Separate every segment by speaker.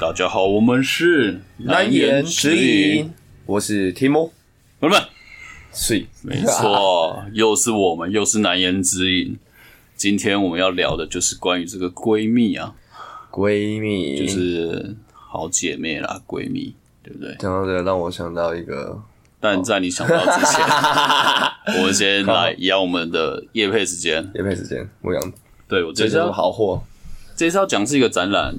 Speaker 1: 大家好，我们是
Speaker 2: 难言之
Speaker 1: 隐
Speaker 2: 隐，，我是 Timo，
Speaker 1: 不是，
Speaker 2: 是
Speaker 1: 没错，又是我们，又是难言之隐。今天我们要聊的就是关于这个闺蜜啊，
Speaker 2: 闺蜜，
Speaker 1: 就是好姐妹啦，闺蜜，对不对？
Speaker 2: 讲到这个让我想到一个，
Speaker 1: 但在你想到之前， 我们先来一样我们的夜配时间。
Speaker 2: 也配时间，我想
Speaker 1: 对我这
Speaker 2: 这
Speaker 1: 次
Speaker 2: 是
Speaker 1: 要
Speaker 2: 好货，
Speaker 1: 这次要讲是一个展览，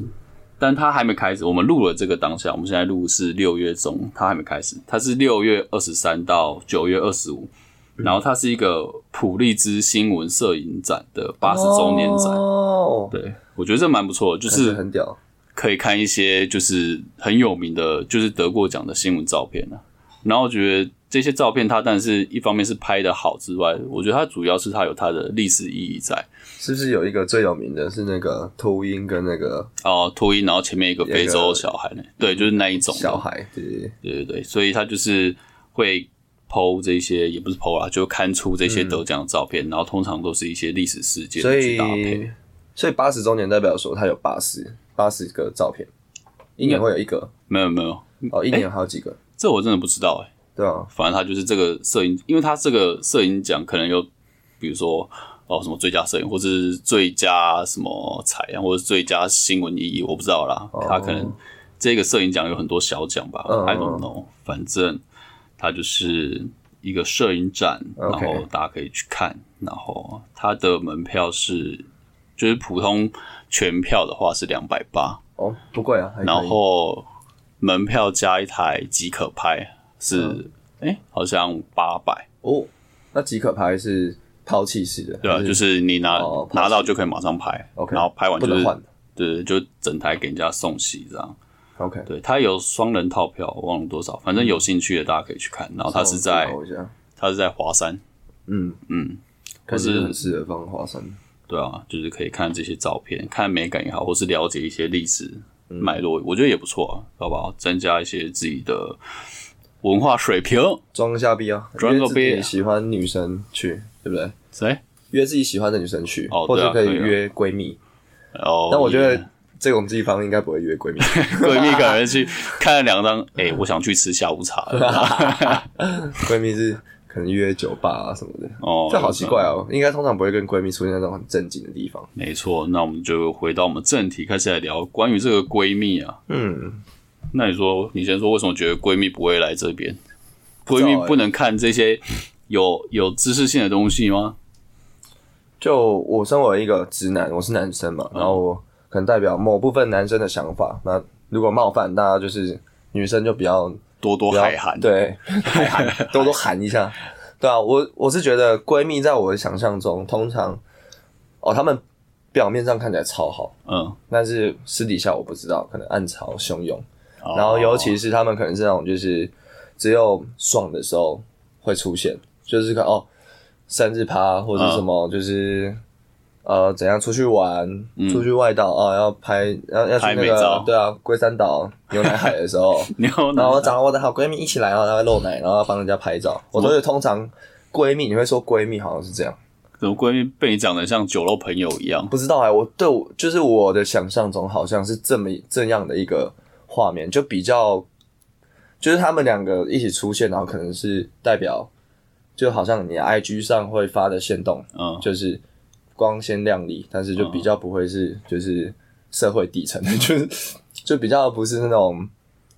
Speaker 1: 但它还没开始。我们录了这个当下，我们现在录是六月中，它还没开始。它是六月二十三到九月二十五，
Speaker 2: 嗯
Speaker 1: 然后它是一个普利兹新闻摄影展的八十周年展。
Speaker 2: 哦，
Speaker 1: 对，我觉得这蛮不错的，就
Speaker 2: 还是
Speaker 1: 是
Speaker 2: 很屌，
Speaker 1: 可以看一些就是很有名的，就是得过奖的新闻照片啊。然后我觉得这些照片，它但是一方面是拍的好之外，我觉得它主要是它有它的历史意义在
Speaker 2: 是不是有一个最有名的是那个秃鹰跟那个
Speaker 1: 哦，秃鹰，然后前面一个非洲小孩呢，对，就是那一种的
Speaker 2: 小孩，对对对，
Speaker 1: 对对对，所以他就是会剖这些，也不是剖啦，就刊出这些得奖的照片，然后通常都是一些历史事件
Speaker 2: 嗯所
Speaker 1: 去搭配。
Speaker 2: 以所以八十周年代表说它有八十八十个照片，一年会有一个，
Speaker 1: 没有没有，
Speaker 2: 哦，一年还有几个，
Speaker 1: 这我真的不知道哎、
Speaker 2: 对啊，
Speaker 1: 反正他就是这个摄影，因为他这个摄影奖可能有，比如说哦什么最佳摄影，或是最佳什么采样，或者最佳新闻意义，我不知道啦。他可能这个摄影奖有很多小奖吧、
Speaker 2: 哦嗯
Speaker 1: i don't know。反正它就是一个摄影展，然
Speaker 2: OK
Speaker 1: 后大家可以去看。然后它的门票是，就是普通全票的话是两百八，
Speaker 2: 哦，不贵啊，还可以
Speaker 1: 然后门票加一台即可拍是，
Speaker 2: 嗯
Speaker 1: 哎、好像八百，
Speaker 2: 哦，那即可拍是抛弃式的，
Speaker 1: 对啊，
Speaker 2: 还
Speaker 1: 就是你拿、
Speaker 2: 哦拍
Speaker 1: 拿到就可以马上拍
Speaker 2: OK，
Speaker 1: 然后拍完
Speaker 2: 不
Speaker 1: 就
Speaker 2: 能
Speaker 1: 是
Speaker 2: 换的
Speaker 1: 对，就整台给人家送洗这样。
Speaker 2: ，OK，
Speaker 1: 对，它有双人套票，我忘了多少，反正有兴趣的大家可以去看。
Speaker 2: 嗯
Speaker 1: 然后它哦是在
Speaker 2: 我想
Speaker 1: 它是在华山，
Speaker 2: 嗯，
Speaker 1: 嗯，或
Speaker 2: 可
Speaker 1: 是
Speaker 2: 是很适合放花生。
Speaker 1: 对啊，就是可以看这些照片，看美感也好，或是了解一些历史
Speaker 2: 嗯
Speaker 1: 脉络，我觉得也不错啊，好不好？增加一些自己的文化水平。
Speaker 2: 装一下逼啊，
Speaker 1: 装个
Speaker 2: 约自己
Speaker 1: 逼
Speaker 2: 喜欢女生去，对不对？
Speaker 1: 谁？
Speaker 2: 约自己喜欢的女生去，
Speaker 1: 哦
Speaker 2: 或
Speaker 1: 对啊
Speaker 2: 者可以
Speaker 1: 可以啊
Speaker 2: 约闺蜜。
Speaker 1: 哦，
Speaker 2: 但我觉
Speaker 1: 也
Speaker 2: 得这种地方应该不会约 闺蜜，
Speaker 1: 闺蜜可能去看了两张，哎、我想去吃下午茶
Speaker 2: 啊
Speaker 1: 了。
Speaker 2: 闺蜜是可能约酒吧啊什么的。
Speaker 1: 哦，
Speaker 2: 这好奇怪哦，应该通常不会跟闺蜜出现在那种很正经的地方。
Speaker 1: 没错，那我们就回到我们正题，开始来聊关于这个闺蜜啊。
Speaker 2: 嗯，
Speaker 1: 那你说，你先说，为什么觉得闺蜜不会来这边？闺
Speaker 2: 知道
Speaker 1: 蜜
Speaker 2: 欸
Speaker 1: 不能看这些有有知识性的东西吗？
Speaker 2: 就我身为一个直男，我是男生
Speaker 1: 嗯
Speaker 2: 嘛，然后我可能代表某部分男生的想法。那如果冒犯，大家就是女生就比较
Speaker 1: 多多
Speaker 2: 不要
Speaker 1: 海涵，，
Speaker 2: 对，海涵，多多喊一下。对啊，我我是觉得闺蜜在我的想象中，通常哦，她们表面上看起来超好，
Speaker 1: 嗯，
Speaker 2: 但是私底下我不知道，可能暗潮汹涌。
Speaker 1: 哦
Speaker 2: 然后尤其是她们可能是那种就是只有爽的时候会出现，就是看哦生日趴或者是什
Speaker 1: 嗯
Speaker 2: 么，就是。呃，怎样出去玩？出去外岛啊、要拍，要要去
Speaker 1: 拍
Speaker 2: 那
Speaker 1: 美照
Speaker 2: 个，对啊，龟山岛牛奶海的 时候，
Speaker 1: 你有
Speaker 2: 然
Speaker 1: 哪
Speaker 2: 后我找我的好闺蜜一起来，然后她会露奶，然后要帮人家拍照。我都是通常闺蜜，你会说闺蜜好像是这样，
Speaker 1: 怎么闺蜜被你讲的像酒肉朋友一样？
Speaker 2: 不知道哎、我对我就是我的想象中好像是这么这样的一个画面，就比较就是他们两个一起出现，然后可能是代表，就好像你的 IG 上会发的线动，
Speaker 1: 嗯，
Speaker 2: 就是光鲜亮丽，但是就比较不会是就是社会底层的， 就是就比较不是那种。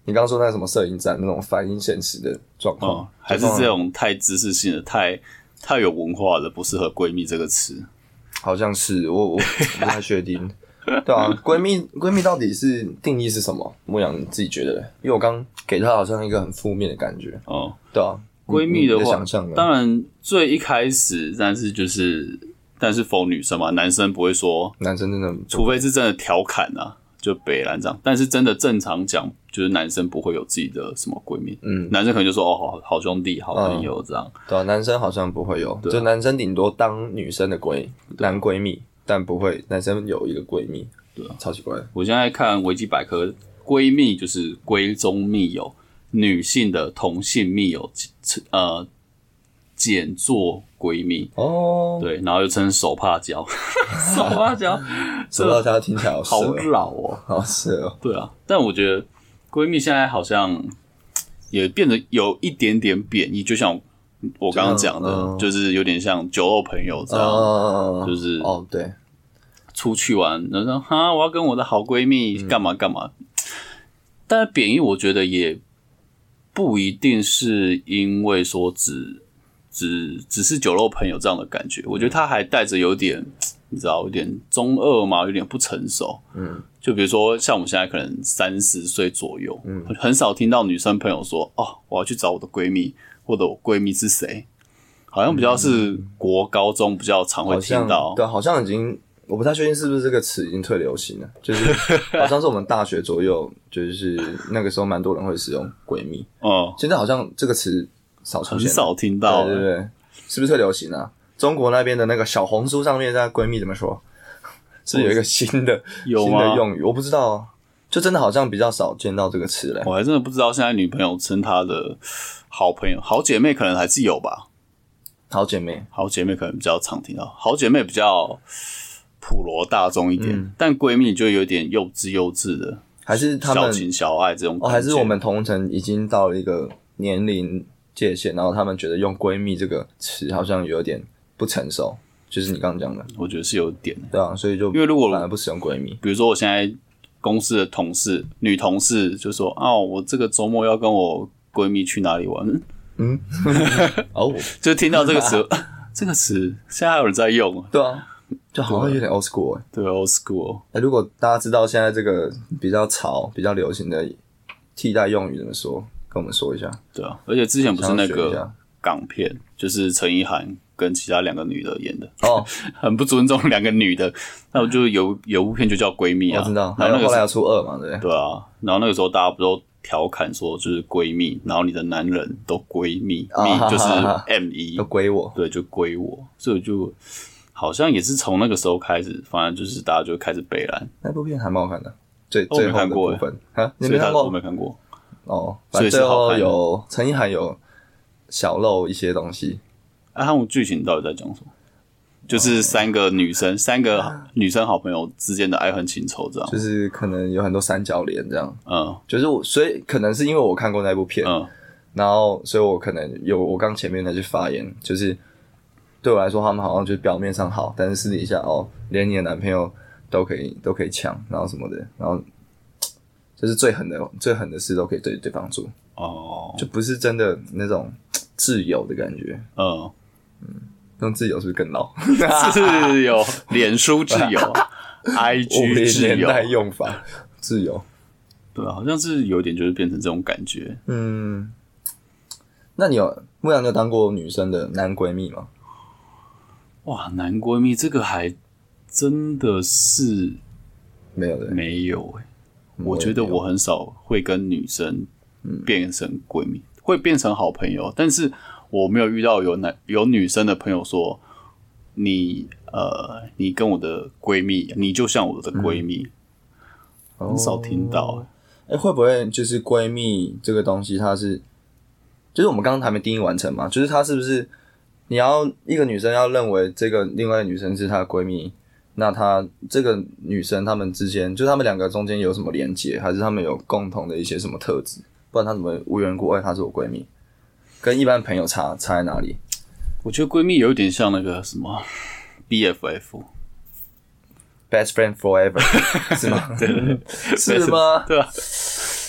Speaker 2: 你刚刚说那什么摄影展那种反映现实的状况、
Speaker 1: 哦，还是这种太知识性的、太太有文化的，不适合“闺蜜”这个词。
Speaker 2: 好像是我我我不太确定。对啊，闺蜜闺蜜到底是定义是什么？牧羊你自己觉得嘞？因为我刚给她好像一个很负面的感觉。
Speaker 1: 哦，
Speaker 2: 对啊，
Speaker 1: 闺蜜
Speaker 2: 你你的
Speaker 1: 话，
Speaker 2: 想象呢？
Speaker 1: 当然最一开始，但是就是但是否女生嘛，男生不会说，
Speaker 2: 男生真的
Speaker 1: 除非是真的调侃啊，就北兰这样。但是真的正常讲，就是男生不会有自己的什么闺蜜，
Speaker 2: 嗯，
Speaker 1: 男生可能就说哦，好好兄弟、好朋友这样。
Speaker 2: 对啊，男生好像不会有，
Speaker 1: 啊
Speaker 2: 就男生顶多当女生的闺男闺蜜，但不会男生有一个闺蜜。对啊，超奇怪的。
Speaker 1: 我现在看维基百科，闺蜜就是闺中密友，女性的同性密友，呃，简作闺蜜，
Speaker 2: 哦，
Speaker 1: 对，然后又称手帕胶， 手帕胶
Speaker 2: 说到它听起来好
Speaker 1: 好
Speaker 2: 色，欸
Speaker 1: 老哦，
Speaker 2: 好色哦，
Speaker 1: 对啊，但我觉得闺蜜现在好像也变得有一点点贬义，就像我刚刚讲的，
Speaker 2: 嗯
Speaker 1: 就是有点像酒肉朋友 这样，
Speaker 2: 嗯，
Speaker 1: 就是
Speaker 2: 哦，对，
Speaker 1: 出去玩，然后说哈，我要跟我的好闺蜜
Speaker 2: 嗯
Speaker 1: 干嘛干嘛。但是贬义，我觉得也不一定是因为说只只只是酒肉朋友这样的感
Speaker 2: 嗯
Speaker 1: 觉，我觉得他还带着有点，你知道，有点中二嘛，有点不成熟。
Speaker 2: 嗯，
Speaker 1: 就比如说像我们现在可能三十岁左右，嗯，很少听到女生朋友说哦，我要去找我的闺蜜，或者我闺蜜是谁。好像比较是国高中比较常会
Speaker 2: 嗯好
Speaker 1: 听
Speaker 2: 像
Speaker 1: 到，
Speaker 2: 对，好像已经，我不太确定是不是这个词已经退流行了，就是 好像是我们大学左右，就是那个时候蛮多人会使用闺蜜，
Speaker 1: 嗯，
Speaker 2: 现在好像这个词少出
Speaker 1: 很
Speaker 2: 现了，
Speaker 1: 少听到。啊
Speaker 2: 对对对，是不是退流行啊？中国那边的那个小红书上面，那闺蜜怎么说？ 是有一个新的
Speaker 1: 有啊
Speaker 2: 新
Speaker 1: 吗
Speaker 2: 的用语，我不知道啊，就真的好像比较少见到这个词嘞。
Speaker 1: 我还真的不知道现在女朋友称她的好朋友、好姐妹，可能还是有吧。
Speaker 2: 好姐妹，
Speaker 1: 好姐妹可能比较常听到，好姐妹比较普罗大众一点，
Speaker 2: 嗯
Speaker 1: 但闺蜜就有点幼稚幼稚的，
Speaker 2: 还是他
Speaker 1: 小
Speaker 2: 们
Speaker 1: 情小爱这种
Speaker 2: 哦，
Speaker 1: 感觉。
Speaker 2: 还是我们同城已经到了一个年龄界限，然后他们觉得用“闺蜜”这个词好像有点不成熟，就是你刚刚讲的，
Speaker 1: 我觉得是有点，
Speaker 2: 对啊，所以就
Speaker 1: 因为如果
Speaker 2: 反而不使用“闺蜜
Speaker 1: 比如说我现在公司的同事，女同事就说：“哦，我这个周末要跟我闺蜜去哪里玩。””
Speaker 2: 哦，
Speaker 1: 就听到这个 词，这个词现在还有人在用，
Speaker 2: 对啊，就好像有点 old school 哎、
Speaker 1: 对，old school。
Speaker 2: 哎如果大家知道现在这个比较潮、比较流行的替代用语怎么说，跟我们说一下。
Speaker 1: 对啊，而且之前不是那
Speaker 2: 想要学一下
Speaker 1: 个港片，就是陈意涵跟其他两个女的演的，
Speaker 2: 哦，
Speaker 1: 很不尊重两个女的。那我就有有部片就叫《闺蜜》
Speaker 2: 我
Speaker 1: 啊，
Speaker 2: 知道，还
Speaker 1: 然
Speaker 2: 有
Speaker 1: 后那
Speaker 2: 后
Speaker 1: 个
Speaker 2: 来
Speaker 1: 时候
Speaker 2: 要出二嘛，对不对？
Speaker 1: 对啊，然后那个时候大家不都调侃说就是闺蜜，然后你的男人都闺蜜，
Speaker 2: 啊
Speaker 1: 蜜就是
Speaker 2: 哈哈哈
Speaker 1: M 一
Speaker 2: 都，归我，
Speaker 1: 对，就归我，所以我就好像也是从那个时候开始，反正就是大家就开始北兰，
Speaker 2: 那部片还蛮好看的，最
Speaker 1: 我没
Speaker 2: 最后的
Speaker 1: 看过
Speaker 2: 部
Speaker 1: 哎
Speaker 2: 分啊，你
Speaker 1: 所以他
Speaker 2: 没看过
Speaker 1: 我？没看过，
Speaker 2: 哦，
Speaker 1: 所
Speaker 2: 反
Speaker 1: 以
Speaker 2: 正
Speaker 1: 是
Speaker 2: 最
Speaker 1: 好
Speaker 2: 后
Speaker 1: 看的
Speaker 2: 有陈意涵有小漏一些东西，
Speaker 1: 啊，他们剧情到底在讲什么？就是三个女生，三个女生好朋友之间的爱恨情仇，这样。
Speaker 2: 啊就是可能有很多三角恋这样。
Speaker 1: 嗯
Speaker 2: 就是我，所以可能是因为我看过那部片，
Speaker 1: 嗯
Speaker 2: 然后所以我可能有我刚前面那句发言，就是对我来说，他们好像就是表面上好，但是私底下哦，连你的男朋友都可以都可以抢，然后什么的，然后就是最狠的最狠的事都可以对对方做，
Speaker 1: 哦
Speaker 2: 就不是真的那种自由的感觉。
Speaker 1: 嗯，
Speaker 2: 那种自由是不是更老？
Speaker 1: 自由，脸书挚 友，IG
Speaker 2: 我
Speaker 1: 挚
Speaker 2: 们年
Speaker 1: 友，
Speaker 2: 代用法，自由。
Speaker 1: 对啊，好像是有点就是变成这种感觉，
Speaker 2: 嗯，那你有木阳，你有当过女生的男闺蜜吗？
Speaker 1: 哇，男闺蜜这个还真的是
Speaker 2: 没有的，
Speaker 1: 没有嗯诶、我觉得我很少会跟女生变成闺蜜，会变成好朋友，但是我没有遇到有男有女生的朋友说你呃你跟我的闺蜜，你就像我的闺蜜，
Speaker 2: 很
Speaker 1: 很少听到、欸
Speaker 2: 哎、会不会就是闺蜜这个东西，它是，就是我们刚刚还没定义完成嘛？就是她是不是你要一个女生要认为这个另外一个女生是她的闺蜜，那她这个女生她们之间，就她们两个中间有什么连接，还是她们有共同的一些什么特质？不然她怎么无缘无故哎她是我闺蜜？跟一般朋友差差在哪里？
Speaker 1: 我觉得闺蜜有一点像那个什么 BFF，
Speaker 2: Best friend forever 是吗？
Speaker 1: 对对对，
Speaker 2: 是吗？
Speaker 1: 对啊，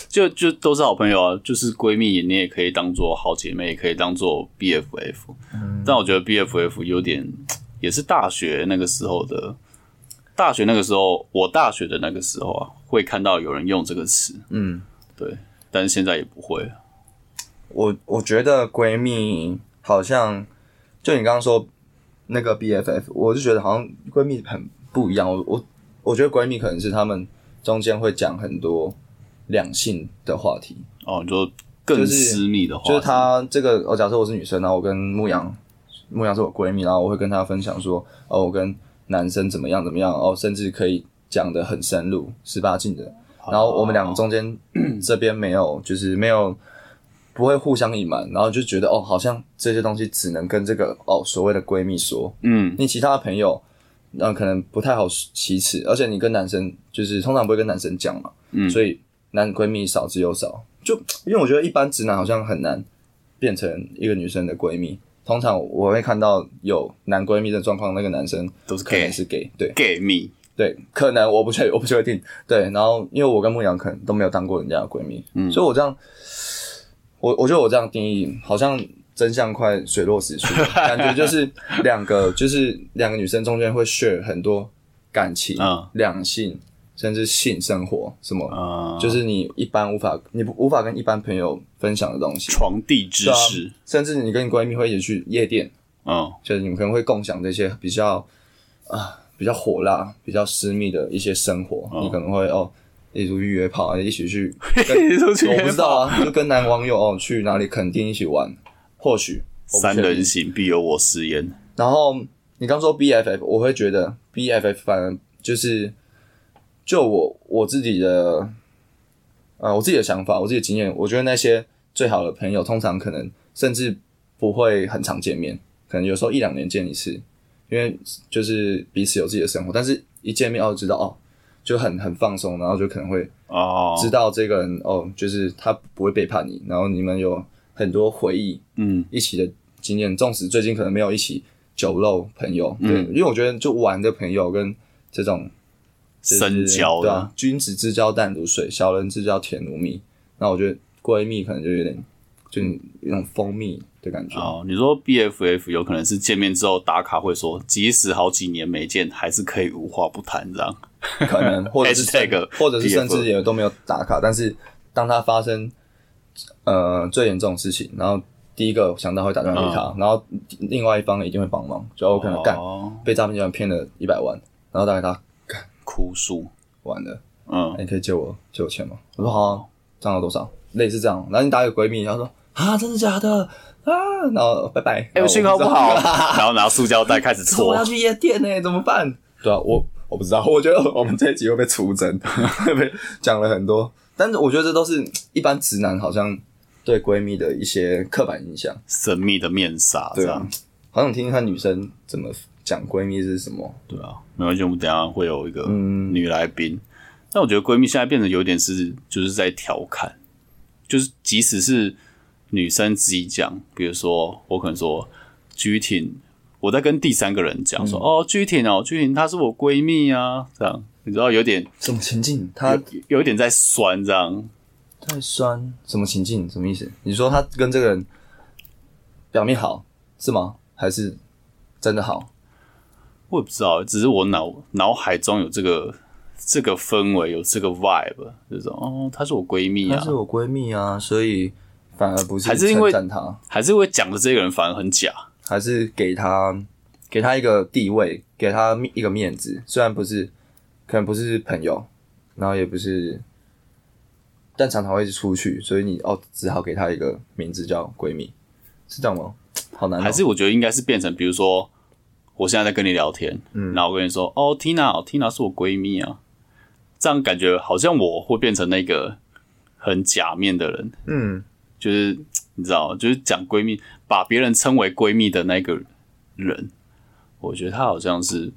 Speaker 1: 就就都是好朋友啊，就是闺蜜，你也可以当做好姐妹，也可以当做 BFF。但
Speaker 2: 嗯
Speaker 1: 我觉得 BFF 有点，也是大学那个时候的，大学那个时候，我大学的那个时候啊，会看到有人用这个词，
Speaker 2: 嗯，
Speaker 1: 对，但是现在也不会啊了。
Speaker 2: 我我觉得闺蜜好像就你刚刚说那个 BFF，我就觉得好像闺蜜很不一样。我我我觉得闺蜜可能是她们中间会讲很多两性的话题，
Speaker 1: 哦，你说更
Speaker 2: 就是
Speaker 1: 私密的话题，
Speaker 2: 就是她这个哦，假设我是女生，然后我跟牧羊，牧羊是我闺蜜，然后我会跟她分享说哦，我跟男生怎么样怎么样，哦，甚至可以讲的很 深入，十八禁的。然后我们两个中间这边没有，就是没有不会互相隐瞒，然后就觉得哦，好像这些东西只能跟这个哦所谓的闺蜜说，
Speaker 1: 嗯，
Speaker 2: 你其他的朋友，那、可能不太好启齿，而且你跟男生就是通常不会跟男生讲嘛，
Speaker 1: 嗯
Speaker 2: 所以男闺蜜少之又少，就因为我觉得一般直男好像很难变成一个女生的闺蜜，通常我会看到有男闺蜜的状况，那个男生
Speaker 1: 都是
Speaker 2: 可
Speaker 1: gay
Speaker 2: 能是 gay，对
Speaker 1: gay 蜜，
Speaker 2: 对，可能我不确我不确定，对，然后因为我跟牧羊可能都没有当过人家的闺蜜，嗯，所以我这样，我我觉得我这样定义好像。真相快水落石出，感觉就是两个，就是两个女生中间会 share 很多感情、
Speaker 1: 嗯
Speaker 2: 两性，甚至性生活什么，
Speaker 1: 啊，
Speaker 2: 就是你一般无法，你不无法跟一般朋友分享的东西，
Speaker 1: 床地知
Speaker 2: 对啊
Speaker 1: 识，
Speaker 2: 甚至你跟你闺蜜会一起去夜店，
Speaker 1: 嗯
Speaker 2: 就是你们可能会共享这些比较啊比较火辣、比较私密的一些生活，你可能会哦。一起去约炮，啊一 起去，跟
Speaker 1: 一起去约炮
Speaker 2: 我不知道啊，就跟男网友哦去哪里垦丁一起玩，或许我不
Speaker 1: 三
Speaker 2: 确定
Speaker 1: 人行必有我师焉，
Speaker 2: 然后你刚说 BFF，我会觉得 BFF 反而就是就我我自己的呃我自己的想法，我自己的经验，我觉得那些最好的朋友通常可能甚至不会很常见面，可能有时候一两年见一次，因为就是彼此有自己的生活，但是一见面哦就知道哦就很很放松，然后就可能会
Speaker 1: 哦，
Speaker 2: 知道这个人哦，就是他不会背叛你，然后你们有很多回忆，
Speaker 1: 嗯，
Speaker 2: 一起的经验，纵使最近可能没有一起酒肉朋友，
Speaker 1: 嗯
Speaker 2: 对，因为我觉得就玩的朋友跟这种就是
Speaker 1: 深交
Speaker 2: 对
Speaker 1: 的，
Speaker 2: 啊，君子之交淡如水，小人之交甜如蜜。那我觉得闺蜜可能就有点就那种蜂蜜的感觉，
Speaker 1: 哦，你说 BFF 有可能是见面之后打卡会说，即使好几年没见，还是可以无话不谈这样。
Speaker 2: 可能或者是
Speaker 1: Hashtag
Speaker 2: 或者是甚
Speaker 1: BFF
Speaker 2: 至也都没有打卡，但是当他发生呃最严重的事情，然后第一个想到会打电话给他，然后另外一方一定会帮忙，就我可啊能干、
Speaker 1: 嗯哦，
Speaker 2: 被诈骗集团骗了一百万，然后打给他
Speaker 1: 哭诉，
Speaker 2: 完了。
Speaker 1: 嗯
Speaker 2: 哎，你可以借我借我钱吗？我说好、啊，账号多少？类似这样，然后你打给闺蜜，然后说啊，真的假的啊？然后拜拜，
Speaker 1: 哎、
Speaker 2: 然后我
Speaker 1: 信号不
Speaker 2: 知道
Speaker 1: 好，， 然后拿塑胶袋开始
Speaker 2: 可 是 我
Speaker 1: 搓
Speaker 2: 要。去夜店呢、怎么办？对啊，我我不知道，我觉得我们这一集会被出征， 会被讲了很多，但是我觉得这都是一般直男好像对闺蜜的一些刻板印象，
Speaker 1: 神秘的面纱
Speaker 2: 对
Speaker 1: 这
Speaker 2: 啊
Speaker 1: 样，，
Speaker 2: 好想听听看女生怎么讲闺蜜是什么，
Speaker 1: 对啊，没关系，我们等一下会有一个
Speaker 2: 嗯
Speaker 1: 女来宾。但我觉得闺蜜现在变得有点是，就是在调侃，就是即使是女生自己讲，比如说我可能说居挺，我在跟第三个人讲说、
Speaker 2: 嗯
Speaker 1: 哦居挺哦居挺，她是我闺蜜啊，这样你知道有点
Speaker 2: 什么情境，她
Speaker 1: 有一点在酸这样，
Speaker 2: 太酸，什么情境？什么意思？你说他跟这个人表面好是吗？还是真的好？
Speaker 1: 我也不知道，只是我脑脑海中有这个这个氛围，有这个 vibe，就是说哦她是我闺蜜
Speaker 2: 她
Speaker 1: 啊
Speaker 2: 是，我闺蜜啊，所以反而不是
Speaker 1: 还是因
Speaker 2: 称
Speaker 1: 为
Speaker 2: 赞她，
Speaker 1: 还是会讲的这个人反而很假，
Speaker 2: 还是给她给她一个地位，给她面一个面子。虽然不是，可能不是朋友，然后也不是，但常常会出去，所以你哦，只好给她一个名字叫闺蜜，是这样吗？好难、哦，
Speaker 1: 还是我觉得应该是变成，比如说我现在在跟你聊天，
Speaker 2: 嗯
Speaker 1: 然后我跟你说，哦，Tina，哦，Tina 是我闺蜜啊，这样感觉好像我会变成那个很假面的人，
Speaker 2: 嗯，
Speaker 1: 就是嘖你知道，就是讲闺蜜，把别人称为闺蜜的那个人，我觉得他好像是嘖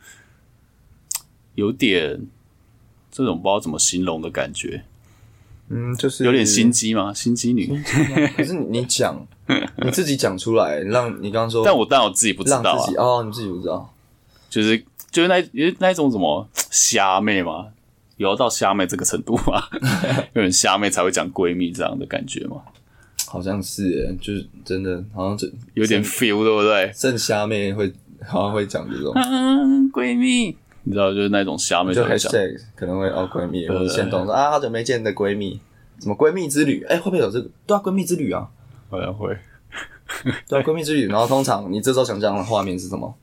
Speaker 1: 有点这种不知道怎么形容的感觉，
Speaker 2: 嗯，就是
Speaker 1: 有点心机吗？心机女？
Speaker 2: 可是你你 讲，你自己讲出来，让你刚刚说，
Speaker 1: 但我但我自己不知
Speaker 2: 让
Speaker 1: 道啊
Speaker 2: 自己，哦，你自己不知道，
Speaker 1: 就是就是那就是那一种什么虾妹嘛，有要到虾妹这个程度吗？有点虾妹才会讲闺蜜这样的感觉嘛，
Speaker 2: 好像是耶，就是真的，好像只
Speaker 1: 有点 feel 对不对？
Speaker 2: 剩虾妹会好像会讲这 种，
Speaker 1: 嗯，闺蜜，你知道就是那种虾妹才
Speaker 2: 就
Speaker 1: 会讲，
Speaker 2: hashtag 可能会哦闺蜜或者现动说啊好久没见你的闺蜜，什么闺蜜之旅，哎、会不会有这个？对啊，闺蜜之旅啊，
Speaker 1: 好像会
Speaker 2: 对啊，闺蜜之旅。然后通常你这时候想象的画面是什么？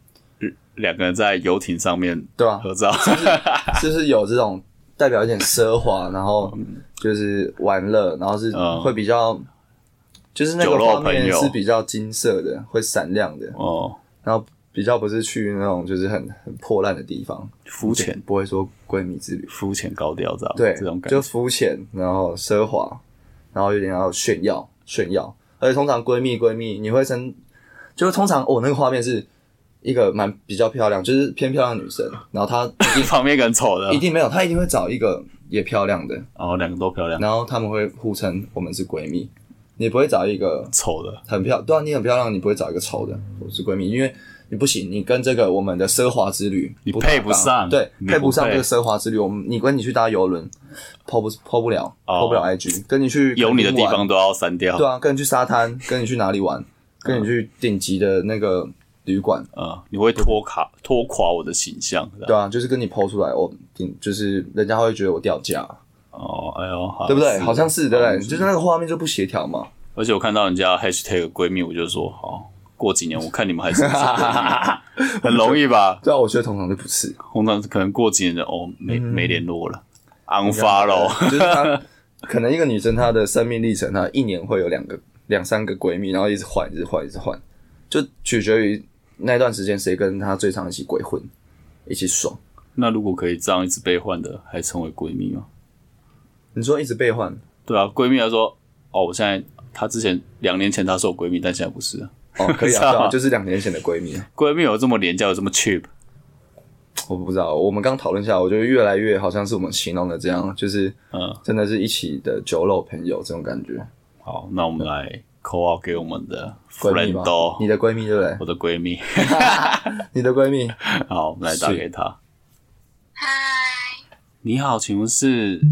Speaker 1: 两个人在游艇上面
Speaker 2: 对啊吧、
Speaker 1: 合照，
Speaker 2: 是不是有这种代表一点奢华，然后就是玩乐，然后是
Speaker 1: 嗯
Speaker 2: 会比较，就是那个
Speaker 1: 酒肉
Speaker 2: 画
Speaker 1: 朋
Speaker 2: 面
Speaker 1: 友
Speaker 2: 是比较金色的，会闪亮的，
Speaker 1: 哦，
Speaker 2: 然后比较不是去那种就是很很破烂的地方，
Speaker 1: 肤浅
Speaker 2: 不会说闺蜜之旅，
Speaker 1: 肤浅高调这样，
Speaker 2: 对，
Speaker 1: 这种感觉
Speaker 2: 就肤浅，然后奢华，然后有点要炫耀炫耀。而且通常闺蜜闺蜜，你会生，就是通常我、哦、那个画面是一个蛮比较漂亮，就是偏漂亮的女生，然后她
Speaker 1: 你旁边一个很丑的
Speaker 2: 一，定没有，她一定会找一个也漂亮的，
Speaker 1: 哦，两个都漂亮，
Speaker 2: 然后他们会互称我们是闺蜜。你不会找一个
Speaker 1: 丑的，
Speaker 2: 很漂，对啊，你很漂亮，你不会找一个丑的，我是闺蜜，因为你不行，你跟这个我们的奢华之旅
Speaker 1: 你
Speaker 2: 搭
Speaker 1: 配不
Speaker 2: 档
Speaker 1: 上
Speaker 2: 对，
Speaker 1: 你
Speaker 2: 配
Speaker 1: 不
Speaker 2: 不上
Speaker 1: 配
Speaker 2: 这个奢华之旅。我们你跟你去搭游轮，抛不抛不了，
Speaker 1: 哦
Speaker 2: 抛不了 IG，跟你去
Speaker 1: 有你的
Speaker 2: 垦
Speaker 1: 地
Speaker 2: 丁玩
Speaker 1: 方，都要删掉
Speaker 2: 对，啊，跟你去沙滩，跟你去哪里玩，跟你去顶级的那个旅馆，
Speaker 1: 嗯，你会拖卡拖垮我的形象，这样
Speaker 2: 对啊，就是跟你抛出来，我顶就是人家会觉得我掉价，
Speaker 1: 哦，哎呦，好
Speaker 2: 对不对？好像是对不对？
Speaker 1: 是
Speaker 2: 就是那个画面就不协调嘛。
Speaker 1: 而且我看到人家 hashtag 闺蜜，我就说好，过几年我看你们还是不是闺蜜很容易 吧？
Speaker 2: 对啊，我觉得通常就不是，
Speaker 1: 通常可能过几年就哦
Speaker 2: 嗯
Speaker 1: 没没联络了，unfollow，
Speaker 2: 就是她哦 可能一个女生她的生命历程，她一年会有两个两三个闺蜜，然后一直换，一直换，一直换，就取决于那段时间谁跟她最常一起鬼混，一起爽。
Speaker 1: 那如果可以这样一直被换的，还成为闺蜜吗？
Speaker 2: 你说一直被换
Speaker 1: 对啊，闺蜜来说，哦，我现在她之前两年前她是我闺蜜，但现在不是啊。
Speaker 2: 哦， 可以
Speaker 1: 是啊
Speaker 2: 啊，对啊就是两年前的闺蜜啊。
Speaker 1: 闺蜜有这么廉价，有这么 cheap？
Speaker 2: 我不知道，我们刚讨论下来，我觉得越来越好像是我们形容的这样，就是
Speaker 1: 嗯，
Speaker 2: 真的是一起的酒肉朋友这种感觉。
Speaker 1: 好，那我们来 call out 给我们的
Speaker 2: 闺蜜吗
Speaker 1: friendo，？
Speaker 2: 你的闺蜜对不 对？
Speaker 1: 我的闺蜜。
Speaker 2: 你的闺蜜
Speaker 1: 好，我们来打给她。
Speaker 3: 嗨，
Speaker 1: 你好，请问是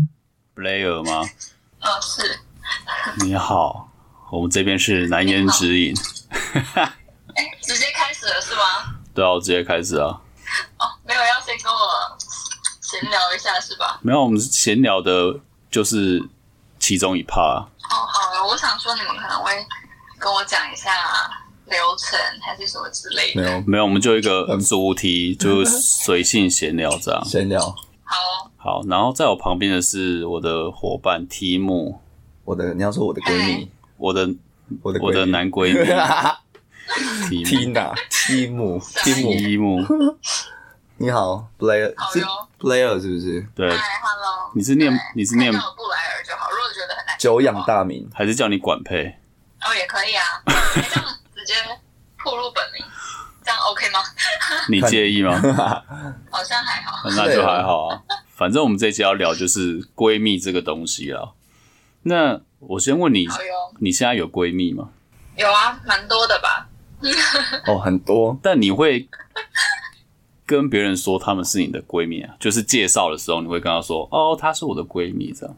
Speaker 1: Blair 吗？
Speaker 3: 哦是，
Speaker 1: 你好，我们这边是难言之隐。
Speaker 3: 哎、直接开始了是吗？
Speaker 1: 对啊，我直接开始啊。
Speaker 3: 哦，没有，要先跟我闲聊一下是吧？
Speaker 1: 没有，我们闲聊的就是其中一 part 啊。
Speaker 3: 哦，好了，我想说你们可能会跟我讲一下流程还是什么之类
Speaker 2: 没
Speaker 3: 的。
Speaker 2: 有
Speaker 1: 没有，我们就一个主题，就是随性闲聊这样。
Speaker 2: 闲聊，
Speaker 3: 好，
Speaker 1: 好，然后在我旁边的是我的伙伴 T 木，
Speaker 2: 我的你要说我的 闺蜜，
Speaker 1: 我的
Speaker 2: 我的闺蜜
Speaker 1: 我的 男 闺蜜 T
Speaker 2: Tina t 姆 t
Speaker 1: 木
Speaker 2: 姆，
Speaker 1: T 木，
Speaker 2: 你好，Blair
Speaker 3: 好
Speaker 2: 是
Speaker 3: 哟
Speaker 2: Blair 是不是？
Speaker 1: 对，
Speaker 3: 嗨，Hello，
Speaker 1: 你是念你是念
Speaker 3: 看到我布莱尔就好，如果觉得很难
Speaker 2: 久仰大名，
Speaker 1: 还是叫你管配？
Speaker 3: 哦也可以 啊，哎这样直接暴露本名，这样 OK 吗？
Speaker 1: 你介意吗？
Speaker 3: 好像还 好。
Speaker 1: 那
Speaker 2: 对
Speaker 1: 就
Speaker 2: 啊
Speaker 1: 还好啊。反正我们这一期要聊就是闺蜜这个东西啊。那我先问你，
Speaker 3: 好哟，
Speaker 1: 你现在有闺蜜吗？
Speaker 3: 有啊，蛮多的吧？
Speaker 2: 哦，很多
Speaker 1: 但你会跟别人说她们是你的闺蜜啊？就是介绍的时候，你会跟她说：“哦，她是我的闺蜜。”这样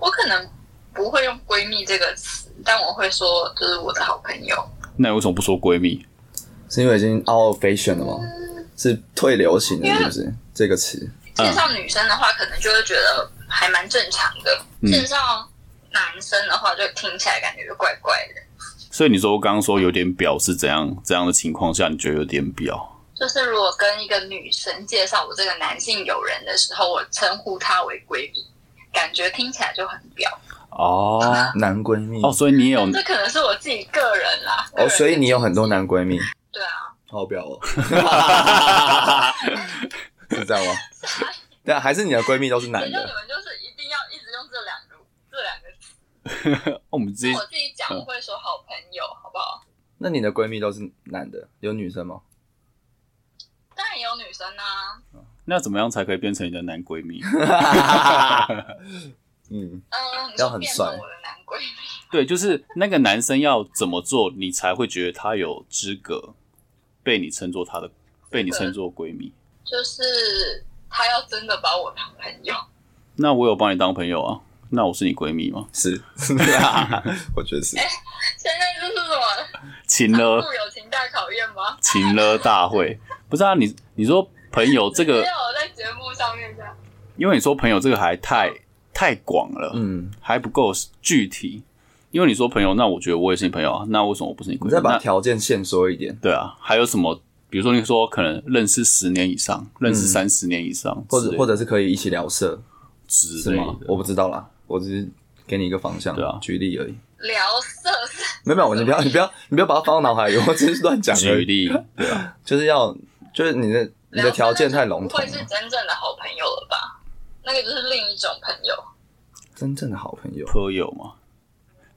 Speaker 3: 我可能不会用闺蜜这个词，但我会说就是我的好朋友。
Speaker 1: 那你为什么不说闺蜜？
Speaker 2: 是因为已经 out of fashion 了吗？是退流行了是不是？这个词
Speaker 3: 介绍女生的话，可能就会觉得还蛮正常的；
Speaker 1: 嗯
Speaker 3: 介绍男生的话，就听起来感觉就怪怪的。
Speaker 1: 所以你说我刚刚说有点表是怎样怎样的情况下，你觉得有点表？
Speaker 3: 就是如果跟一个女生介绍我这个男性友人的时候，我称呼她为闺蜜，感觉听起来就很表。
Speaker 1: 哦
Speaker 2: 男闺蜜
Speaker 1: 哦，所以 你也有
Speaker 3: 但这可能是我自己个人啦。个
Speaker 2: 哦，
Speaker 3: 人
Speaker 2: 所以你有很多男闺蜜，
Speaker 3: 对啊，
Speaker 2: 好表哦，是这样吗？但还是你的闺蜜都是男
Speaker 3: 也就你
Speaker 2: 的，
Speaker 3: 们就是一定要一直用这两个这两个词。
Speaker 1: 我们直接
Speaker 3: 我自己
Speaker 2: 嗯
Speaker 3: 讲，我会说好朋友，好不好？
Speaker 2: 那你的闺蜜都是男的，有女生吗？
Speaker 3: 当然也有女生啊，
Speaker 1: 那怎么样才可以变成你的男闺蜜？
Speaker 2: 嗯，
Speaker 3: 嗯，
Speaker 2: 要很
Speaker 3: 变
Speaker 2: 帅
Speaker 3: 成我的男闺蜜。
Speaker 1: 对，就是那个男生要怎么做，你才会觉得他有资格被你称作他的，被你称作闺蜜？
Speaker 3: 就是他要真的把我当朋友，
Speaker 1: 那我有帮你当朋友啊，那我是你闺蜜吗？
Speaker 2: 是， 我觉得是。
Speaker 3: 现在就是我
Speaker 1: 情了
Speaker 3: 富友情大考验吗？
Speaker 1: 情了大会，不是啊？你你说朋友这
Speaker 3: 没
Speaker 1: 个，
Speaker 3: 有我在节目上面这样，
Speaker 1: 因为你说朋友这个还太太广了，
Speaker 2: 嗯，
Speaker 1: 还不够具体。因为你说朋友，那我觉得我也是你朋友啊，那为什么我不是你闺
Speaker 2: 你
Speaker 1: 蜜？
Speaker 2: 再把
Speaker 1: 那
Speaker 2: 条件限缩一点，
Speaker 1: 对啊，还有什么？比如说，你说可能认识十年以上，认识三十年以上之
Speaker 2: 嗯或
Speaker 1: 类的，
Speaker 2: 者或者是可以一起聊色，
Speaker 1: 之
Speaker 2: 是
Speaker 1: 类
Speaker 2: 吗
Speaker 1: 的？
Speaker 2: 我不知道啦，我只是给你一个方向，
Speaker 1: 对啊
Speaker 2: 举例而已。
Speaker 3: 聊色是
Speaker 2: 没有没有，你 不要你不要你不要把它放到脑海里，我只是乱讲而
Speaker 1: 举
Speaker 2: 已。
Speaker 1: 例，
Speaker 2: 就是要就是你的你的条件太笼统
Speaker 3: 聊色那就不会是
Speaker 2: 了。
Speaker 3: 真正的好朋友了吧？那个就是另一种朋友，
Speaker 2: 真正的好朋友，
Speaker 1: 颇有嘛？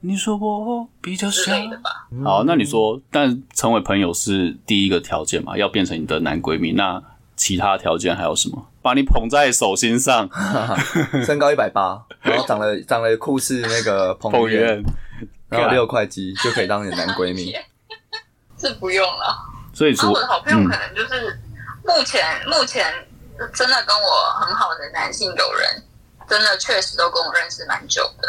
Speaker 1: 你说我比较
Speaker 3: 之
Speaker 1: 像
Speaker 3: 类。的吧。
Speaker 1: 好，那你说，但成为朋友是第一个条件嘛？要变成你的男闺蜜，那其他条件还有什么？把你捧在手心上，
Speaker 2: 身高一百八，然后长得长得酷似那个彭
Speaker 1: 捧
Speaker 2: 于晏
Speaker 1: 圆，，
Speaker 2: 然后六块肌就可以当你的男闺 蜜。
Speaker 3: 是不用了。
Speaker 1: 所以
Speaker 3: 然后
Speaker 1: 说
Speaker 3: 啊我的好朋友可能就是目前、目前真的跟我很好的男性友人，真的确实都跟我认识蛮久的，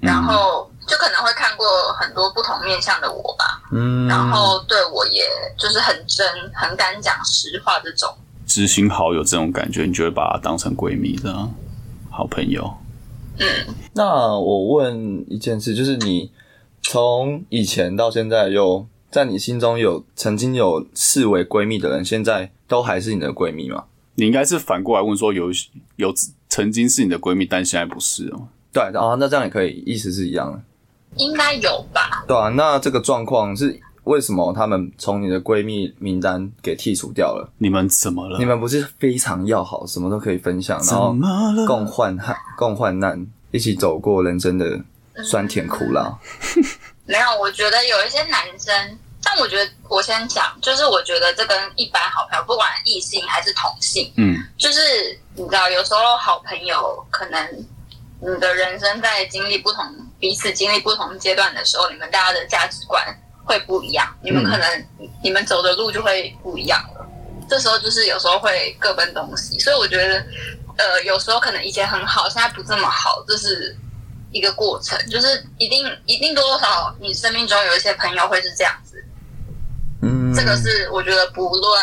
Speaker 3: 然后就可能会看过很多不同面向的我吧，
Speaker 2: 嗯，
Speaker 3: 然后对我也就是很真、很敢讲实话这种。
Speaker 1: 知心好友这种感觉，你就会把她当成闺蜜这样，好朋友。
Speaker 3: 嗯，
Speaker 2: 那我问一件事，就是你从以前到现在有在你心中有曾经有视为闺蜜的人，现在都还是你的闺蜜吗？
Speaker 1: 你应该是反过来问说有，有曾经是你的闺蜜，但现在不是哦。
Speaker 2: 对啊，那这样也可以，意思是一样的。
Speaker 3: 应该有吧？
Speaker 2: 对啊，那这个状况是为什么他们从你的闺蜜名单给剔除掉了？
Speaker 1: 你们怎么了？
Speaker 2: 你们不是非常要好，什么都可以分享，
Speaker 1: 怎
Speaker 2: 然后
Speaker 1: 么了？
Speaker 2: 共患难、共患难，一起走过人生的酸甜苦辣。
Speaker 3: 没有，我觉得有一些男生，但我觉得我先讲，就是我觉得这跟一般好朋友，不管异性还是同性。
Speaker 1: 嗯，
Speaker 3: 就是你知道，有时候好朋友可能你的人生在经历不同彼此经历不同阶段的时候，你们大家的价值观会不一样，你们可能你们走的路就会不一样了。这时候就是有时候会各奔东西，所以我觉得，呃，有时候可能以前很好，现在不这么好，这是一个过程，就是一定一定多多少少，你生命中有一些朋友会是这样子，
Speaker 2: 嗯，
Speaker 3: 这个是我觉得不论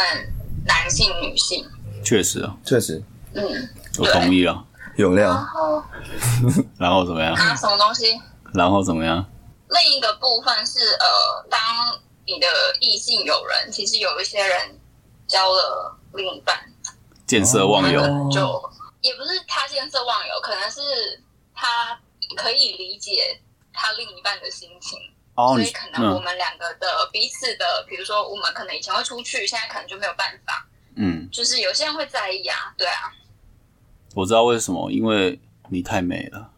Speaker 3: 男性女性，
Speaker 1: 确实啊，
Speaker 2: 确实
Speaker 3: 嗯，
Speaker 1: 我同意了。
Speaker 2: 有
Speaker 3: 然
Speaker 2: 料。
Speaker 3: 后。
Speaker 1: 然后怎么样？
Speaker 3: 啊，什么东西？
Speaker 1: 然后怎么样？
Speaker 3: 另一个部分是呃，当你的异性友人，其实有一些人交了另一半，
Speaker 1: 见色忘友，
Speaker 2: 哦
Speaker 3: 就也不是他见色忘友，可能是他可以理解他另一半的心情，
Speaker 1: 哦，
Speaker 3: 所
Speaker 1: 你
Speaker 3: 以可能我
Speaker 1: 嗯
Speaker 3: 们两个的彼此的，比如说我们可能以前会出去，现在可能就没有办法，
Speaker 1: 嗯，
Speaker 3: 就是有些人会在意啊，对啊，
Speaker 1: 我知道为什么，因为你太美了。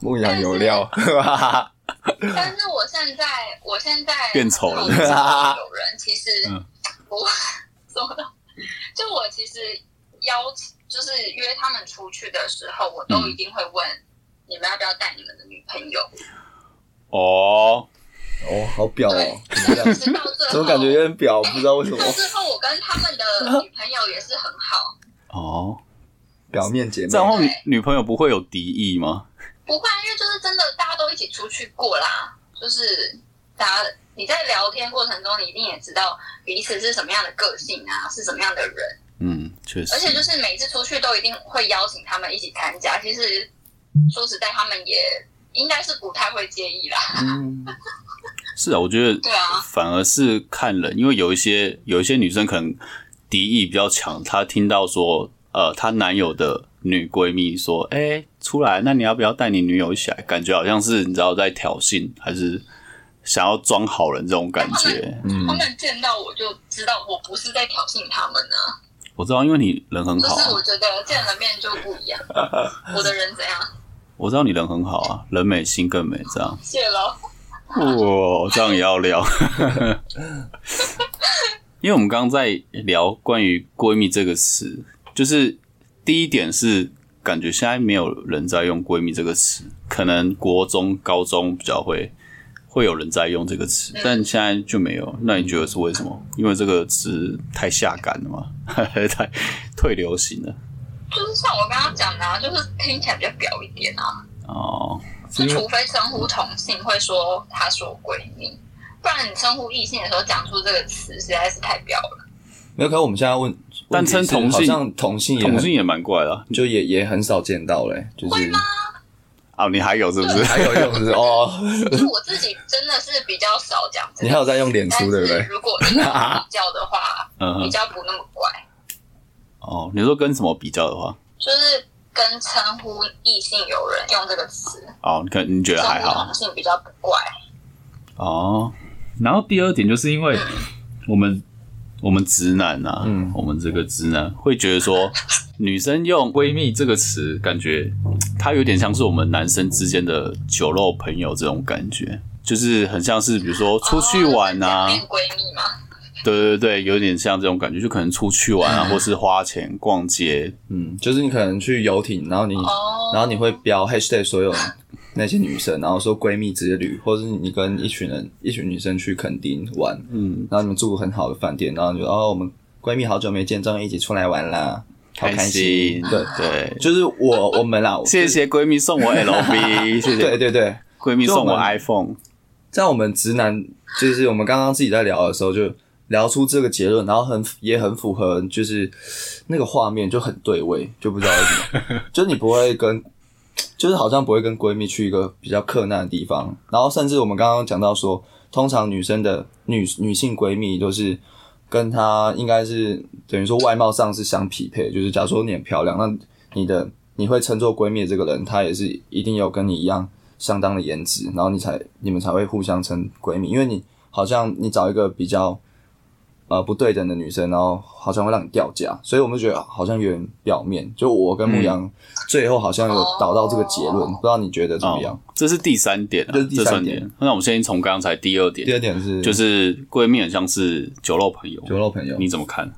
Speaker 2: 牧羊有料，哈哈
Speaker 3: 但是我现在，我现在
Speaker 1: 变丑了
Speaker 3: 有人其实
Speaker 1: 嗯
Speaker 3: 我 怎么了？就我其实邀请，就是约他们出去的时候，我都
Speaker 1: 嗯
Speaker 3: 一定会问、你们要不要带你们的女 朋友。
Speaker 1: 哦，
Speaker 2: 哦，好表哦，怎么这
Speaker 3: 就
Speaker 2: 样
Speaker 3: 是到最后，
Speaker 2: 怎么感觉有点表？不知道 为什么
Speaker 3: 到最后，我跟他们 的女朋友也是很好，
Speaker 1: 哦，
Speaker 2: 表面姐妹
Speaker 1: 这。样的话女
Speaker 3: 对
Speaker 1: 女朋友不会有敌意吗？
Speaker 3: 不会啊，因为就是真的大家都一起出去过啦，就是大家。你在聊天过程中，你一定也知道彼此是什么样的个性啊，是什么样的人。
Speaker 1: 嗯，确实
Speaker 3: 而。且就是每次出去都一定会邀请他们一起参加。其实说实在，他们也应该是不太会介意啦。
Speaker 2: 嗯，
Speaker 1: 是啊，我觉得
Speaker 3: 对啊，
Speaker 1: 反而是看人，因为有一些有一些女生可能敌意比较强，她听到说，呃，她男友的女闺蜜说，哎、出来，那你要不要带你女友一起来？感觉好像是你知道在挑衅，还是想要装好人这种感觉。
Speaker 2: 嗯
Speaker 3: 他们见到我就知道我不是在挑衅他们呢，
Speaker 1: 我知道，因为你人很
Speaker 3: 就
Speaker 1: 好、
Speaker 3: 是我
Speaker 1: 啊，
Speaker 3: 觉得见了面就不一样。我的人怎样？
Speaker 1: 我知道你人很好啊，人美心更美，这样。
Speaker 3: 谢喽。
Speaker 1: 哇，这样也要聊， 因为我们刚刚在聊关于“闺蜜”这个词，就是第一点是感觉现在没有人在用“闺蜜”这个词，可能国中、高中比较会会有人在用这个词，
Speaker 2: 嗯
Speaker 1: 但现在就没有。那你觉得是为什么？因为这个词太下感了吗？ 太退流行了
Speaker 3: 就是像我刚刚讲的、啊，就是听起来比较表一点啊。
Speaker 1: 哦，
Speaker 2: 因
Speaker 3: 就
Speaker 2: 为
Speaker 3: 除非称呼同性会说她是我闺蜜，不然你称呼异性的时候讲出这个词实在是太表了。
Speaker 2: 没有。可是我们现在问，
Speaker 1: 但称同性
Speaker 2: 好像同性也很
Speaker 1: 同性也蛮怪的啊
Speaker 2: 就也也很少见到嘞，就是
Speaker 1: 啊！你还有是不是？，
Speaker 2: 还有用是不是 哦，
Speaker 3: 就我自己真的是比较少讲这个
Speaker 2: 你还有在用脸
Speaker 3: 但
Speaker 2: 书对不
Speaker 3: 是
Speaker 2: 对？
Speaker 3: 如果硬要比较的话
Speaker 1: 嗯
Speaker 3: 比
Speaker 1: 哼，
Speaker 3: 较不那么乖，
Speaker 1: 哦，你说跟什么比较的话？
Speaker 3: 就是跟称呼异性友人用这个词，
Speaker 1: 哦，你可你觉得
Speaker 3: 称
Speaker 1: 还
Speaker 3: 呼
Speaker 1: 好
Speaker 3: 同性比较不乖。
Speaker 1: 哦。然后第二点就是因为我们我们直男啊，
Speaker 2: 嗯
Speaker 1: 我们这个直男会觉得说，女生用闺蜜这个词，感觉它有点像是我们男生之间的酒肉朋友这种感觉，就是很像是比如说出去玩啊，
Speaker 3: 哦就是两面闺蜜嘛，
Speaker 1: 对对对，有点像这种感觉，就可能出去玩啊，或是花钱逛街，
Speaker 2: 嗯，就是你可能去游艇，然后你
Speaker 3: 哦，
Speaker 2: 嗯然后你会标 hashtag 所有那些女生，然后说闺蜜之旅，或者是你跟一群人一群女生去垦丁玩，
Speaker 1: 嗯，
Speaker 2: 然后你们住很好的饭店，然后你就哦我们闺蜜好久没见，终于一起出来玩啦，好
Speaker 1: 开
Speaker 2: 开心。对，
Speaker 1: 对，
Speaker 2: 就是我我们啦，我
Speaker 1: 谢。谢闺蜜送我 LV，谢
Speaker 2: 对
Speaker 1: 谢
Speaker 2: 对对，
Speaker 1: 闺蜜送
Speaker 2: 就
Speaker 1: 我
Speaker 2: 我们
Speaker 1: iPhone，
Speaker 2: 在我们直男，就是我们刚刚自己在聊的时候，就聊出这个结论，然后很也很符合，就是那个画面就很对味，就不知道为什么，就是你不会跟，就是好像不会跟闺蜜去一个比较克难的地方，然后甚至我们刚刚讲到说，通常女生的女女性闺蜜都是。跟她应该是等于说外貌上是相匹配，就是假如说你很漂亮，那你的你会称作闺蜜的这个人，她也是一定有跟你一样相当的颜值，然后你才你们才会互相称闺蜜，因为你好像你找一个比较呃不对等的女生，然后好像会让你掉价，所以我们就觉得好像有点表面。就我跟牧羊最后好像有导到这个结论，
Speaker 3: 哦
Speaker 2: 不知道你觉得怎么样？
Speaker 1: 哦，这是第三点啊，
Speaker 2: 这是第三
Speaker 1: 算
Speaker 2: 点。
Speaker 1: 那我们先从刚才第二点
Speaker 2: 第，二点是
Speaker 1: 就是闺蜜很像是酒肉朋友，
Speaker 2: 酒肉朋友，
Speaker 1: 你怎么看？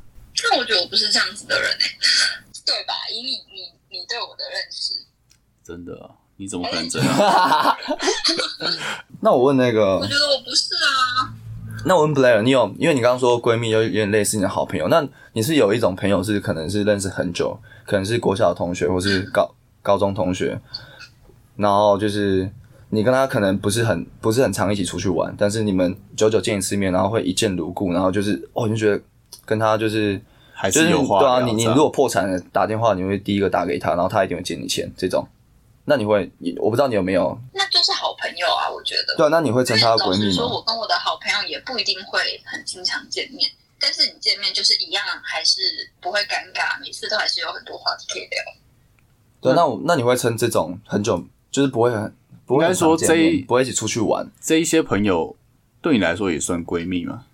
Speaker 3: 但我觉得我不是这样子的人哎、对吧？以你你你对我的认识，
Speaker 1: 真的啊，你怎么可能真的？
Speaker 2: 哎那我问那个
Speaker 3: 我觉得我不是啊，
Speaker 2: 那我问 Blair，你有因为你刚刚说闺蜜有有点类似你的好朋友，那你是有一种朋友是可能是认识很久，可能是国小同学或是高高中同学，然后就是你跟他可能不是很不是很常一起出去玩，但是你们久久见一次面，然后会一见如故，然后就是哦，你就觉得跟他就是
Speaker 1: 还
Speaker 2: 就是
Speaker 1: 是有话
Speaker 2: 对啊，
Speaker 1: 聊
Speaker 2: 你你
Speaker 1: 这样
Speaker 2: 如果破产了打电话，你会第一个打给他，然后他一定会借你钱这种，那你会你我不知道你有没有
Speaker 3: 那就是好朋友啊，我觉得。
Speaker 2: 对啊，那你会
Speaker 3: 因
Speaker 2: 称
Speaker 3: 为
Speaker 2: 他
Speaker 3: 老
Speaker 2: 闺
Speaker 3: 实
Speaker 2: 蜜
Speaker 3: 说，
Speaker 2: 吗？
Speaker 3: 我跟我的好朋友也不一定会很经常见面，但是你见面就是一样，还是不会尴尬，每次都还是有很多话题可以聊。
Speaker 2: 对，啊那我那你会称这种很久就是不会很不
Speaker 1: 应
Speaker 2: 会
Speaker 1: 该
Speaker 2: 很常
Speaker 1: 说
Speaker 2: 见面
Speaker 1: 这一
Speaker 2: 不会一起出去玩，
Speaker 1: 这一些朋友对你来说也算闺蜜吗？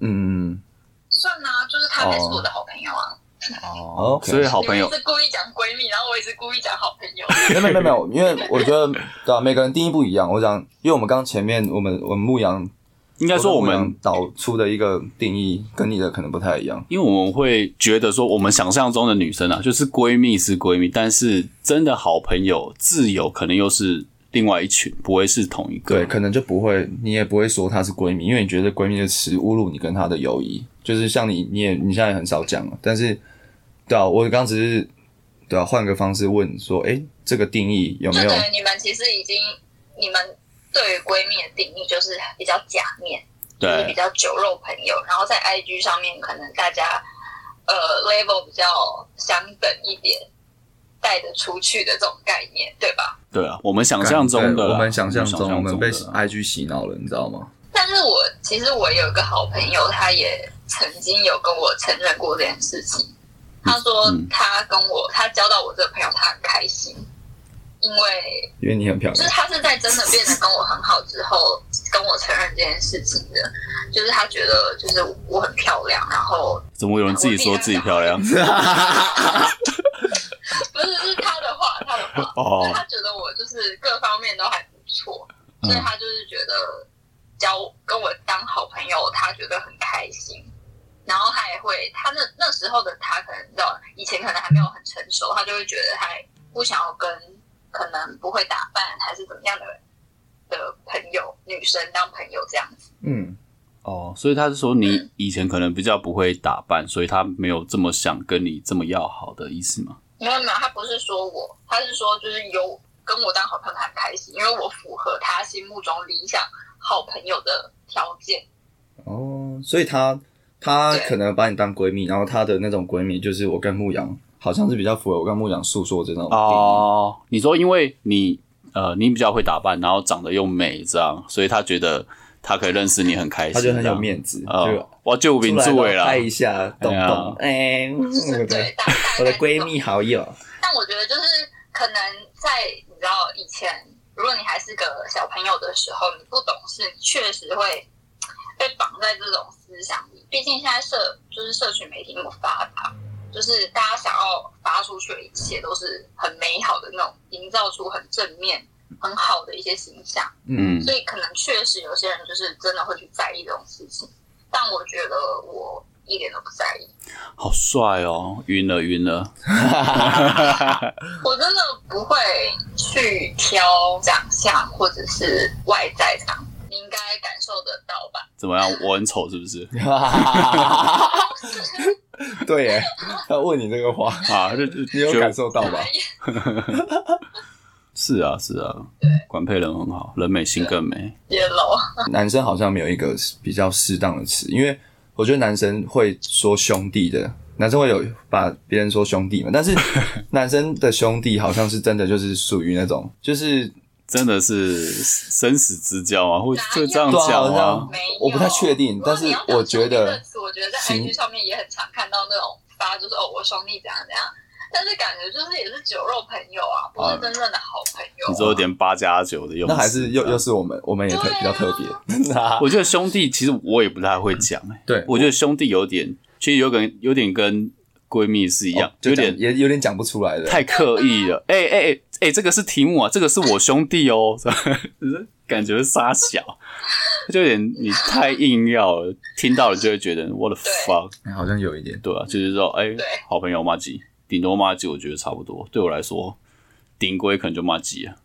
Speaker 2: 嗯，
Speaker 3: 算啦、就是她才是我的好朋友啊。
Speaker 2: 哦，OK
Speaker 1: 所以好朋
Speaker 3: 你
Speaker 1: 友
Speaker 3: 们一直故意讲闺蜜，然后我也是故意讲好朋友。
Speaker 2: 没有没有没有，因为我觉得对啊，每个人定义不一样。我讲，因为我们刚前面我们我们牧羊，
Speaker 1: 应
Speaker 2: 应
Speaker 1: 该说我们，
Speaker 2: 导出的一个定义跟你的可能不太一样。
Speaker 1: 因为我们会觉得说，我们想象中的女生啊，就是闺蜜是闺蜜，但是真的好朋友、挚友可能又是另外一群，不会是同一个。
Speaker 2: 对，可能就不会，你也不会说她是闺蜜，因为你觉得闺蜜的词侮辱你跟她的友谊，就是像你，你也你现在也很少讲了，但是，对啊，我刚只是对啊，换个方式问说，哎、这个定义有没
Speaker 3: 就
Speaker 2: 有？
Speaker 3: 等于你们其实已经，你们对于闺蜜的定义就是比较假面，就是
Speaker 1: 对啊
Speaker 3: 比较酒肉朋友，然后在 IG 上面可能大家呃 level 比较相等一点，带着出去的这种概念，对吧？
Speaker 1: 对啊，我们想象中的
Speaker 2: 对
Speaker 1: 啦，
Speaker 2: 我们想象中，我们被
Speaker 1: 的啦
Speaker 2: IG 洗脑了，你知道吗？
Speaker 3: 但是我其实我有一个好朋友，他也曾经有跟我承认过这件事情。他说
Speaker 1: 嗯
Speaker 3: 他跟我，他交到我这个朋友，他很开心，因为
Speaker 2: 因为你很漂
Speaker 3: 就
Speaker 2: 亮
Speaker 3: 是。他是在真的变得跟我很好之后，跟我承认这件事情的。就是他觉得就是我很漂亮，然后
Speaker 1: 怎么有人自己说自己漂亮？
Speaker 3: 不是是他的话，他的话，
Speaker 1: 哦
Speaker 3: 就他觉得我就是各方面都还不错，所以他就是觉得交跟我当好朋友，他觉得很开心。然后他也会，他那那时候的他可能你知道，以前可能还没有很成熟，他就会觉得他不想要跟可能不会打扮还是怎么样的的朋友女生当朋友这样子。
Speaker 2: 嗯，
Speaker 1: 哦，所以他是说你以前可能比较不会打扮，所以他没有这么想跟你这么要好的意思吗？
Speaker 3: 没有没有，他不是说我，他是说就是有跟我当好朋友，他很开心，因为我符合他心目中理想好朋友的条件。
Speaker 2: 哦，所以她她可能把你当闺蜜，然后她的那种闺蜜就是我跟牧羊，好像是比较符合我跟牧羊诉说这种定义。
Speaker 1: 哦，你说因为你呃你比较会打扮，然后长得又美这样，所以他觉得他可以认识你很开心，
Speaker 2: 她就
Speaker 1: 这
Speaker 2: 很有
Speaker 1: 样
Speaker 2: 面子，就
Speaker 1: 哦，我就
Speaker 2: 出
Speaker 1: 名
Speaker 2: 来
Speaker 1: 字
Speaker 2: 都
Speaker 1: 伟啦
Speaker 2: 拍，一下，懂
Speaker 1: 哎呀
Speaker 2: 懂？哎， 我
Speaker 3: 对
Speaker 2: 的，
Speaker 3: 大概
Speaker 2: 我的
Speaker 3: 大概
Speaker 2: 闺
Speaker 3: 这种
Speaker 2: 蜜 好友，
Speaker 3: 但我觉得就是可能在你知道以前，如果你还是个小朋友的时候，你不懂事，你确实会被绑在这种思想里。毕竟现在社就就是社群媒体那么发达，就是大家想要发出去的一切都是很美好的那种，营造出很正面、很好的一些形象。
Speaker 1: 嗯
Speaker 3: 所以可能确实有些人就是真的会去在意这种事情，但我觉得我一点都不在意，
Speaker 1: 好帅哦，晕了晕了，
Speaker 3: 我真的不会去挑长相或者是外在上，你应该感受得到吧？
Speaker 1: 怎么样？我很丑是不是？
Speaker 2: 对耶，他问你这个话，
Speaker 1: 啊，这这
Speaker 2: 你有
Speaker 1: 觉得
Speaker 2: 感受到吧？
Speaker 1: 是啊是啊，管配人很好，人美心更美。
Speaker 3: 揭露，
Speaker 2: 男生好像没有一个比较适当的词，因为我觉得男生会说兄弟的，男生会有把别人说兄弟嘛，但 是男生的兄弟好像是真的就是属于那种，就是
Speaker 1: 真的是生死之交啊，会
Speaker 3: 哪
Speaker 1: 就
Speaker 3: 有
Speaker 1: 这样
Speaker 2: 对啊
Speaker 1: 讲
Speaker 2: 好
Speaker 1: 啊
Speaker 2: 像，
Speaker 3: 没有
Speaker 2: 我不太确定
Speaker 3: 如果
Speaker 2: 但是
Speaker 3: 你要讲
Speaker 2: 我觉得
Speaker 3: 兄弟这词我觉得在
Speaker 2: 行
Speaker 3: IG 上面也很常看到那种发，就是哦，我兄弟怎样怎样。但是感觉就是也是酒肉朋友啊，不
Speaker 1: 啊
Speaker 3: 是真正的好朋友、啊。
Speaker 2: 嗯
Speaker 1: 你说有点八加九的用词，
Speaker 2: 那还是又
Speaker 1: 这
Speaker 2: 又
Speaker 1: 样
Speaker 2: 是我们，我们也特
Speaker 3: 对啊
Speaker 2: 比较特 别，哦
Speaker 1: 我觉得兄弟其实我也不太会讲、欸，
Speaker 2: 对
Speaker 1: 我觉得兄弟有点，其实有点有点跟闺蜜是一样，
Speaker 2: 哦就
Speaker 1: 有
Speaker 2: 讲
Speaker 1: 点
Speaker 2: 也有点讲不出来的，
Speaker 1: 太刻意了。哎哎哎哎，这个是题目啊，这个是我兄弟哦， 感觉傻小，就有点你太硬要了，听到了就会觉得我的 fuck，
Speaker 2: 好像有一点，
Speaker 1: 对啊，就是说哎、
Speaker 3: 对
Speaker 1: 好朋友骂鸡，顶多骂鸡，我觉得差不多。对我来说，顶规可能就骂鸡啊，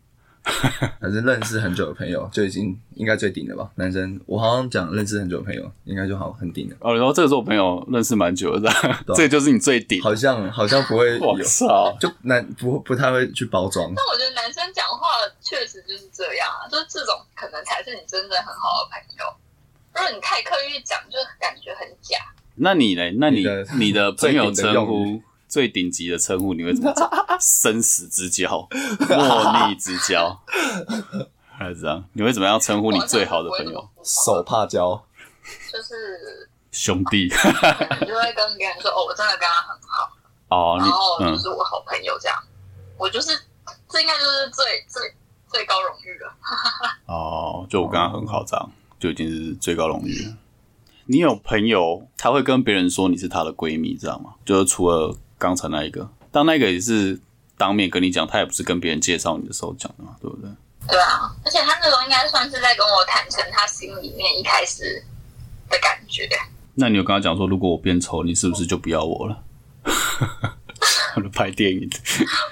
Speaker 2: 反正认识很久的朋友就已经应该最顶的吧，男生我好像讲认识很久的朋友应该就好很顶的，
Speaker 1: 哦，然后这个是我朋友认识蛮久的，
Speaker 2: 对啊
Speaker 1: 这个就是你最顶。
Speaker 2: 好像好像不会有
Speaker 1: 我，操！
Speaker 2: 就男不不太会去包装。
Speaker 3: 但我觉得男生讲话确实就是这样啊，就是这种可能才是你真正很好的朋友。如果你太刻意讲，就感觉很假。
Speaker 1: 那你呢？那你
Speaker 2: 你的
Speaker 1: 你的朋友
Speaker 2: 最顶的
Speaker 1: 称
Speaker 2: 用
Speaker 1: 呼最顶级的称呼，你会怎么讲？生死之 交，莫逆之交， 还是这样？你会怎么样称呼你最好的朋友？，
Speaker 2: 手帕胶，
Speaker 3: 就是
Speaker 1: 兄弟
Speaker 3: 可能 就会跟别人说哦，我真的跟他很好，
Speaker 1: 哦，
Speaker 3: 然后
Speaker 1: 你
Speaker 3: 就
Speaker 1: 嗯，
Speaker 3: 是我好朋友这样。我就是这应该就是最最最高荣誉了。
Speaker 1: 哦，就我跟他很好，这样就已经是最高荣誉了。你有朋友，他会跟别人说你是他的闺蜜，知道吗？就是除了刚才那一个，但那个也是当面跟你讲，他也不是跟别人介绍你的时候讲的嘛，对不对？
Speaker 3: 对啊，而且他那种应该算是在跟我坦诚他心里面一开始的感觉。
Speaker 1: 那你有跟他讲说，如果我变丑，你是不是就不要我了？ 我就拍电影，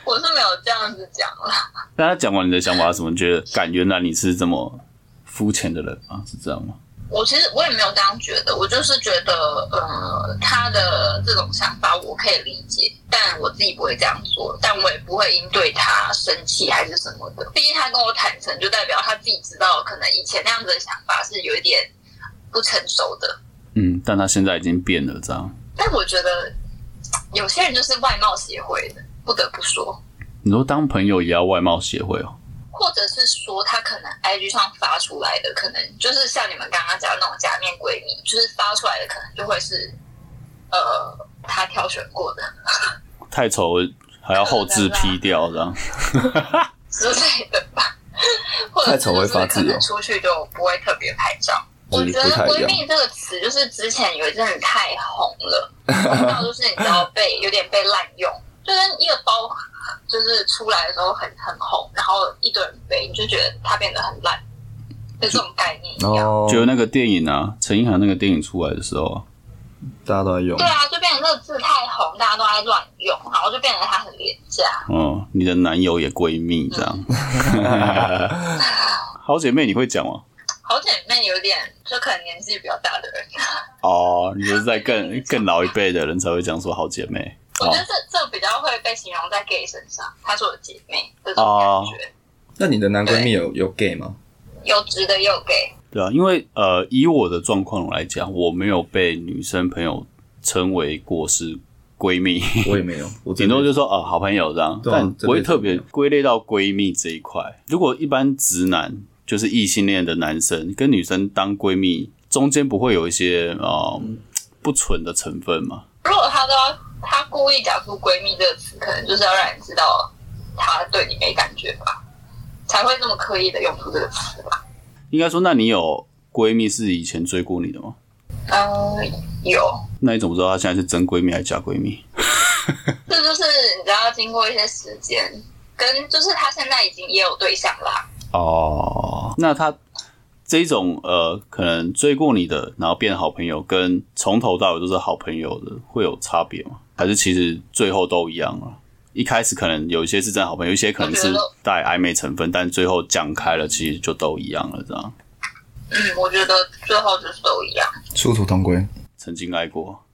Speaker 3: 我是没有这样子讲了，
Speaker 1: 那他讲完你的想法是什么？你觉得感原来你是这么肤浅的人啊？是这样吗？
Speaker 3: 我其实我也没有这样觉得，我就是觉得，呃，他的这种想法我可以理解，但我自己不会这样做，但我也不会因对他生气还是什么的。毕竟他跟我坦诚，就代表他自己知道，可能以前那样子的想法是有一点不成熟的。
Speaker 1: 嗯，但他现在已经变了，这样。
Speaker 3: 但我觉得有些人就是外貌协会的，不得不说。
Speaker 1: 你说当朋友也要外貌协会哦？
Speaker 3: 或者是说他可能 IG 上发出来的，可能就是像你们刚刚讲的那种假面闺蜜，就是发出来的可能就会是，呃，他挑选过的
Speaker 1: 太丑还要后置 P 掉，这样。
Speaker 3: 之类的吧， 或者
Speaker 2: 太
Speaker 3: 是
Speaker 2: 丑会发自由
Speaker 3: 可能出去就不会特别拍照。我觉
Speaker 2: 嗯
Speaker 3: 得
Speaker 2: 不太一样
Speaker 3: 闺蜜这个词就是之前有一阵子太红了，红到就是你知道被有点被滥用，就跟一个包啊就是出来的时候很很红，然后一堆人背，你就觉得它变得很烂，就这种概念一样。
Speaker 2: 哦
Speaker 1: 就那个电影啊，陈意涵那个电影出来的时候啊，
Speaker 2: 大家都在用
Speaker 3: 对啊，就变成这个字太红，大家都在乱用，然后就变得它很廉价。
Speaker 1: 嗯，你的男友也闺蜜这样。 好姐妹，你会讲吗？
Speaker 3: 好姐妹有点，就可能年纪比较大的人，
Speaker 1: 哦，你就是在更更老一辈的人才会讲说好姐妹。
Speaker 3: 我
Speaker 1: 哦
Speaker 3: 觉得这这比较会被形容在 gay 身上，她是我姐妹这种感觉，
Speaker 2: 那你的男闺蜜有有 gay 吗？
Speaker 3: 又直的又 gay。
Speaker 1: 对啊，因为呃，以我的状况来讲，我没有被女生朋友称为过是闺蜜，
Speaker 2: 我也没有，我
Speaker 1: 顶
Speaker 2: 真的
Speaker 1: 多就说呃好朋友这样，
Speaker 2: 对啊
Speaker 1: 但
Speaker 2: 这辈子
Speaker 1: 不会特别
Speaker 2: 没有
Speaker 1: 归类到闺蜜这一块。如果一般直男就是异性恋的男生跟女生当闺蜜，中间不会有一些呃
Speaker 2: 嗯
Speaker 1: 不纯的成分嘛？
Speaker 3: 如果她都要她故意讲出“闺蜜”这个词，可能就是要让你知道她对你没感觉吧，才会这么刻意的用出这个词吧。
Speaker 1: 应该说，那你有闺蜜是以前追过你的吗？
Speaker 3: 嗯，有
Speaker 1: 那你怎么知道她现在是真闺蜜还是假闺蜜？
Speaker 3: 这就是你知道，经过一些时间，跟就是他现在已经也有对象啦。
Speaker 1: 哦，那她这种呃，可能追过你的，然后变好朋友，跟从头到尾都是好朋友的，会有差别吗？还是其实最后都一样啊？一开始可能有一些是真好朋友，有一些可能是带暧昧成分，但最后讲开了，其实就都一样了，这样。
Speaker 3: 嗯，我觉得最后就是都一样。
Speaker 4: 殊途同归。
Speaker 1: 曾经爱过，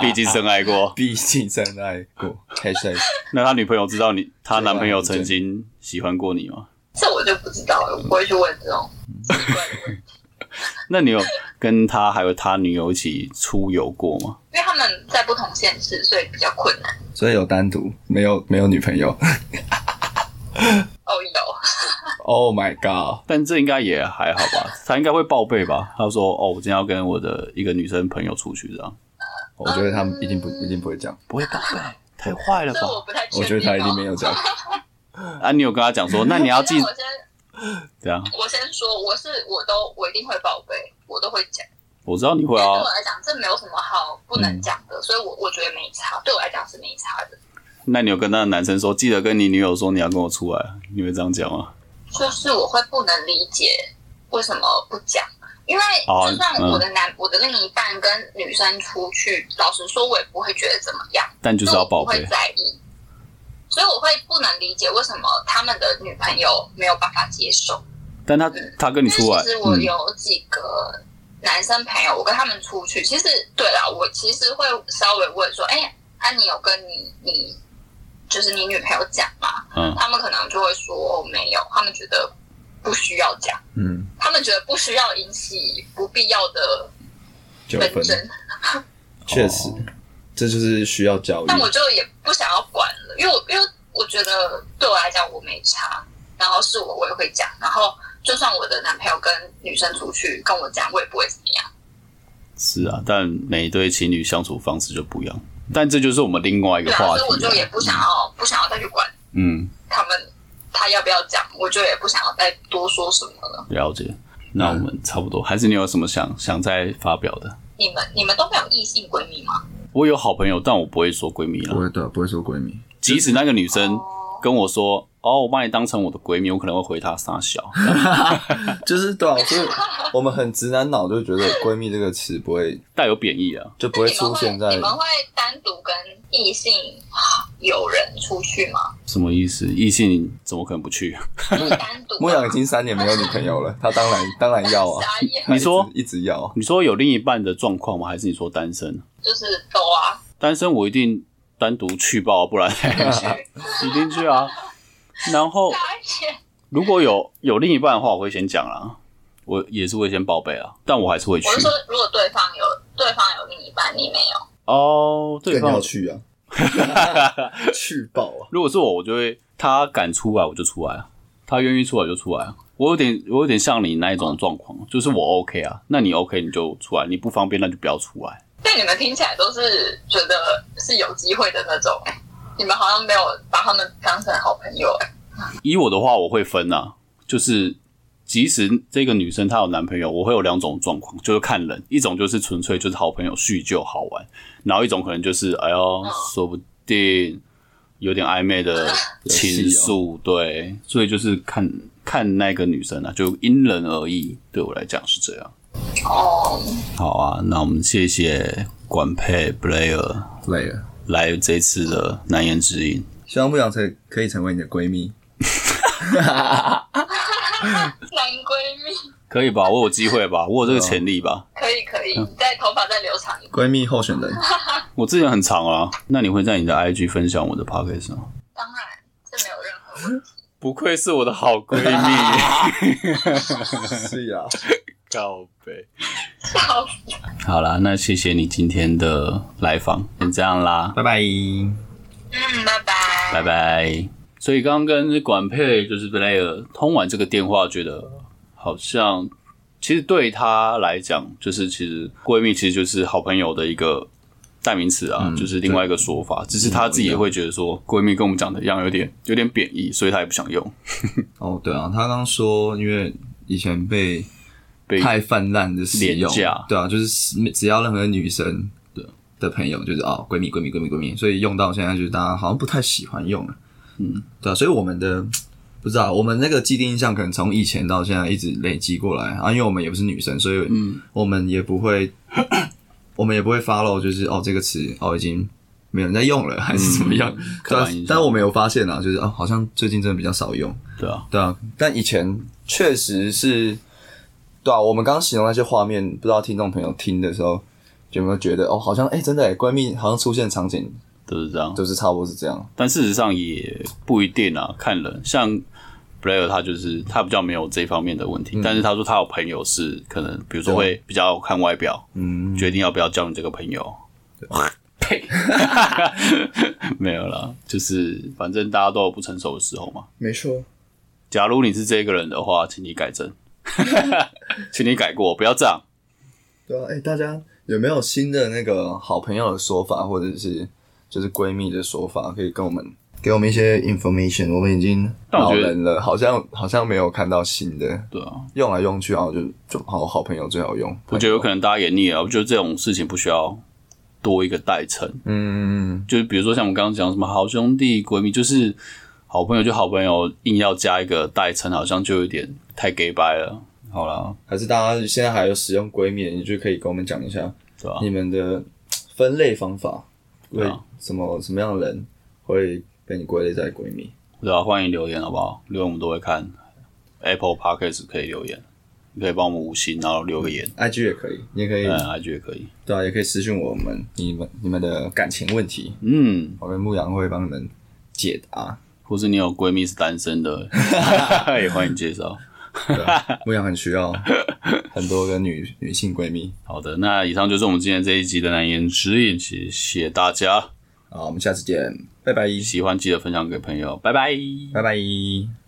Speaker 1: 毕竟深爱过。
Speaker 2: 毕竟真爱过，hashtag
Speaker 1: 那他女朋友知道你，他男朋友
Speaker 2: 对啊
Speaker 1: 曾经喜欢过你吗？
Speaker 3: 这我就不知道了，我不会去问这种奇怪的问题，
Speaker 1: 那你有跟他还有他女友一起出游过吗？
Speaker 3: 因为他们在不同县市，所以比较困难。
Speaker 4: 所以有单独，没有没有女朋 友。
Speaker 3: 哦，有，
Speaker 4: Oh my god！
Speaker 1: 但这应该也还好吧，他应该会报备吧？他说：“哦，我今天要跟我的一个女生朋友出去，这样
Speaker 4: 我觉得他们一定不一定不会讲，
Speaker 1: 不会报备，太坏了
Speaker 3: 这我
Speaker 1: 吧
Speaker 3: 不太确定、
Speaker 4: 我
Speaker 3: 哦。
Speaker 4: 觉得他一定没有讲。
Speaker 1: 啊，你有跟他讲说，那你要记啊
Speaker 3: 那我先
Speaker 1: 怎样？
Speaker 3: 我先说，我是我都我一定会报备，我都会讲。
Speaker 1: 我知道你会
Speaker 3: 因为
Speaker 1: 啊
Speaker 3: 对我，来讲，这没有什么好不能讲的，所以我我觉得没差。对我来讲是没差的，
Speaker 1: 那你有跟那个男生说，记得跟你女友说你要跟我出来，你会这样讲吗？
Speaker 3: 就是我会不能理解为什么不讲。因为
Speaker 1: 哦
Speaker 3: 就算我的男、我的另一半跟女生出去，老实说，我也不会觉得怎么样，
Speaker 1: 但就是
Speaker 3: 所以
Speaker 1: 要
Speaker 3: 我
Speaker 1: 报
Speaker 3: 不
Speaker 1: 备
Speaker 3: 会，在意。所以我会不能理解为什么他们的女朋友没有办法接受。
Speaker 1: 但他他跟你
Speaker 3: 因
Speaker 1: 出
Speaker 3: 为
Speaker 1: 来嗯
Speaker 3: 其实，我有几个男生朋友，我跟他们出去，其实对啦，我其实会稍微问说，哎、啊，你有跟你你就是你女朋友讲吗？
Speaker 1: 嗯
Speaker 3: 他们可能就会说、哦、没有，他们觉得不需要讲，
Speaker 4: 嗯，
Speaker 3: 他们觉得不需要引起不必要的
Speaker 4: 九
Speaker 3: 纷
Speaker 4: 分，
Speaker 3: 争，
Speaker 2: 确实，这就是需要教育。
Speaker 3: 但我就也不想要管了，因为我因为我觉得对我来讲我没差，然后是我我也会讲，然后就算我的男朋友跟女生出去跟我讲，我也不会怎么样。
Speaker 1: 是啊，但每一对情侣相处方式就不一样，但这就是我们另外一个
Speaker 3: 对啊，
Speaker 1: 话
Speaker 3: 所以我
Speaker 1: 题、
Speaker 3: 就也不想要、不想要再去管
Speaker 1: 嗯，
Speaker 3: 他们他要不要讲，我就也不想要再多说什么了。
Speaker 1: 了解。那我们差不多，还是你有什么想想再发表的？
Speaker 3: 你们你们都没有异性闺蜜吗？
Speaker 1: 我有好朋友，但我不会说闺蜜
Speaker 4: 不
Speaker 1: 了。
Speaker 4: 会对，不会说闺蜜。
Speaker 1: 即使那个女
Speaker 2: 嗯
Speaker 1: 生
Speaker 3: 哦
Speaker 1: 跟我说：“哦，我把你当成我的闺蜜”，我可能会回她傻小。
Speaker 2: 就是对啊，所以我们很直男脑就觉得“闺蜜”这个词不会
Speaker 1: 带有贬义啊。
Speaker 2: 就不会
Speaker 3: 你们
Speaker 2: 出
Speaker 3: 会
Speaker 2: 现在
Speaker 3: 你们会单独跟异性 友人出去吗？
Speaker 1: 什么意思？异性怎么可能不去？
Speaker 3: 单独啊
Speaker 2: 牧羊已经三年没有女朋友了，他当然当然要啊，
Speaker 3: 傻眼，
Speaker 1: 你说
Speaker 2: 一直一直要啊，
Speaker 1: 你说有另一半的状况吗？还是你说单身？
Speaker 3: 就是都啊，
Speaker 1: 单身我一定单独去报，啊不然 一定去啊。然后
Speaker 3: 傻眼。
Speaker 1: 如果有有另一半的话，我会先讲啦，我也是会先报备啊，但我还是会去
Speaker 3: 我。是说，如果对方有对方有另一半，你没有，
Speaker 1: 哦，对
Speaker 2: 更要
Speaker 1: 方
Speaker 2: 去啊，去爆啊！
Speaker 1: 如果是我，我就会他敢出来我就出来啊，他愿意出来就出来啊。我有点我有点像你那一种状况，就是我 OK 啊，那你 OK 你就出来，你不方便那就不要出来。
Speaker 3: 但你们听起来都是觉得是有机会的那种、哎你们好像没有把他们当成好朋友、哎。
Speaker 1: 以我的话，我会分啊，就是即使这个女生她有男朋友，我会有两种状况，就是看人，一种就是纯粹就是好朋友叙旧好玩，然后一种可能就是哎呦，说不定有点暧昧的情愫，对，所以就是看看那个女生啊，就因人而异，对我来讲是这样。
Speaker 3: 哦，
Speaker 1: 好啊，那我们谢谢管佩布莱尔
Speaker 4: 累了，
Speaker 1: 来这次的难言之隐。
Speaker 4: 希望牧羊才可以成为你的闺蜜。
Speaker 3: 男闺蜜。
Speaker 1: 可以吧？我有机会吧？我有这个潜力吧？
Speaker 3: 可以可以，你再头发再留长一点，
Speaker 4: 闺蜜候选人，
Speaker 1: 我之前很长啊，那你会在你的 IG 分享我的 podcast 吗？
Speaker 3: 当然这没有任何问题。
Speaker 1: 不愧是我的好闺 蜜，
Speaker 2: 是呀、
Speaker 1: 告白。
Speaker 3: 笑死
Speaker 1: 好啦，那谢谢你今天的来访，先这样啦，
Speaker 4: 拜拜。
Speaker 3: 嗯，拜拜。
Speaker 1: 拜拜。所以刚刚跟管佩就是 Blair 通完这个电话，觉得好像其实对她来讲，就是其实闺蜜其实就是好朋友的一个代名词啊，
Speaker 4: 嗯
Speaker 1: 就是另外一个说法。只是她自己也会觉得说，闺蜜跟我们嗯讲的一样，有点有点贬义，所以她也不想用。
Speaker 4: 哦，对啊，他刚说，因为以前被
Speaker 1: 被
Speaker 4: 太泛滥的使用
Speaker 1: 廉价，
Speaker 4: 对啊，就是只要任何女生，对，的朋友，就是哦，闺蜜、闺蜜、闺蜜、闺蜜，所以用到现在就是大家好像不太喜欢用了，嗯，对啊，所以我们的不知道我们那个既定印象可能从以前到现在一直累积过来啊，因为我们也不是女生，所以
Speaker 1: 嗯
Speaker 4: 我们也不会， 我们也不会 follow 就是哦这个词哦已经没有人在用了还是怎么
Speaker 1: 嗯
Speaker 4: 样， 对、啊
Speaker 1: 刻板印象，
Speaker 4: 但我们有发现啊，就是哦好像最近真的比较少用，
Speaker 1: 对啊，
Speaker 4: 对啊，
Speaker 2: 但以前确实是，对啊，我们刚刚形容那些画面，不知道听众朋友听的时候有没有觉得哦，好像哎、真的哎，闺蜜好像出现场景
Speaker 1: 都是这样。
Speaker 2: 就是差不多是这样。
Speaker 1: 但事实上也不一定啊，看人。像 Blair 他就是他比较没有这方面的问题，但是他说他有朋友是可能，比如说会比较看外表，
Speaker 4: 嗯，
Speaker 1: 决定要不要交你这个朋友。呸， 没有啦，就是反正大家都有不成熟的时候嘛。
Speaker 2: 没错，
Speaker 1: 假如你是这个人的话，请你改正， 请你改过，不要这样。
Speaker 2: 对啊，哎、
Speaker 4: 大家
Speaker 2: 有没有新的那个好朋友的说法，或者是就是闺蜜的说法，可以跟我们给我们一些 information？我们已经
Speaker 1: 但我
Speaker 2: 老
Speaker 1: 觉得
Speaker 2: 人了，好像好像没有看到新的，
Speaker 1: 对啊，
Speaker 2: 用来用去，然后就就好好朋友最好用。
Speaker 1: 我觉得有可能大家也腻了，我觉得这种事情不需要多一个代称。
Speaker 2: 嗯，嗯嗯，
Speaker 1: 就是比如说像我们刚刚讲什么好兄弟、闺蜜，就是好朋友就好朋友，硬要加一个代称，好像就有点太 gay 白了。好啦，
Speaker 2: 还是大家现在还有使用闺蜜，你就可以跟我们讲一下
Speaker 1: 对吧、
Speaker 2: 你们的分类方法，
Speaker 1: 对
Speaker 2: 为
Speaker 1: 啊
Speaker 2: 什么什么样的人会被你归类在闺蜜？
Speaker 1: 对啊，欢迎留言好不好？留言我们都会看，Apple Podcast 可以留言，你可以帮我们五星，然后留个言，
Speaker 2: IG 也可以，你也可以，
Speaker 1: 嗯，IG 也可以。
Speaker 2: 对啊，也可以私信我们你们你们的感情问题，
Speaker 1: 嗯，
Speaker 2: 我跟牧羊会帮你们解答。
Speaker 1: 或是你有闺蜜是单身的，也欢迎介绍。
Speaker 2: 对啊牧羊很需要很多个女女性闺蜜。
Speaker 1: 好的，那以上就是我们今天这一集的难言之隐，谢谢大家。
Speaker 2: 好，我们下次见，拜拜，
Speaker 1: 喜欢记得分享给朋友，拜拜。
Speaker 2: 拜拜。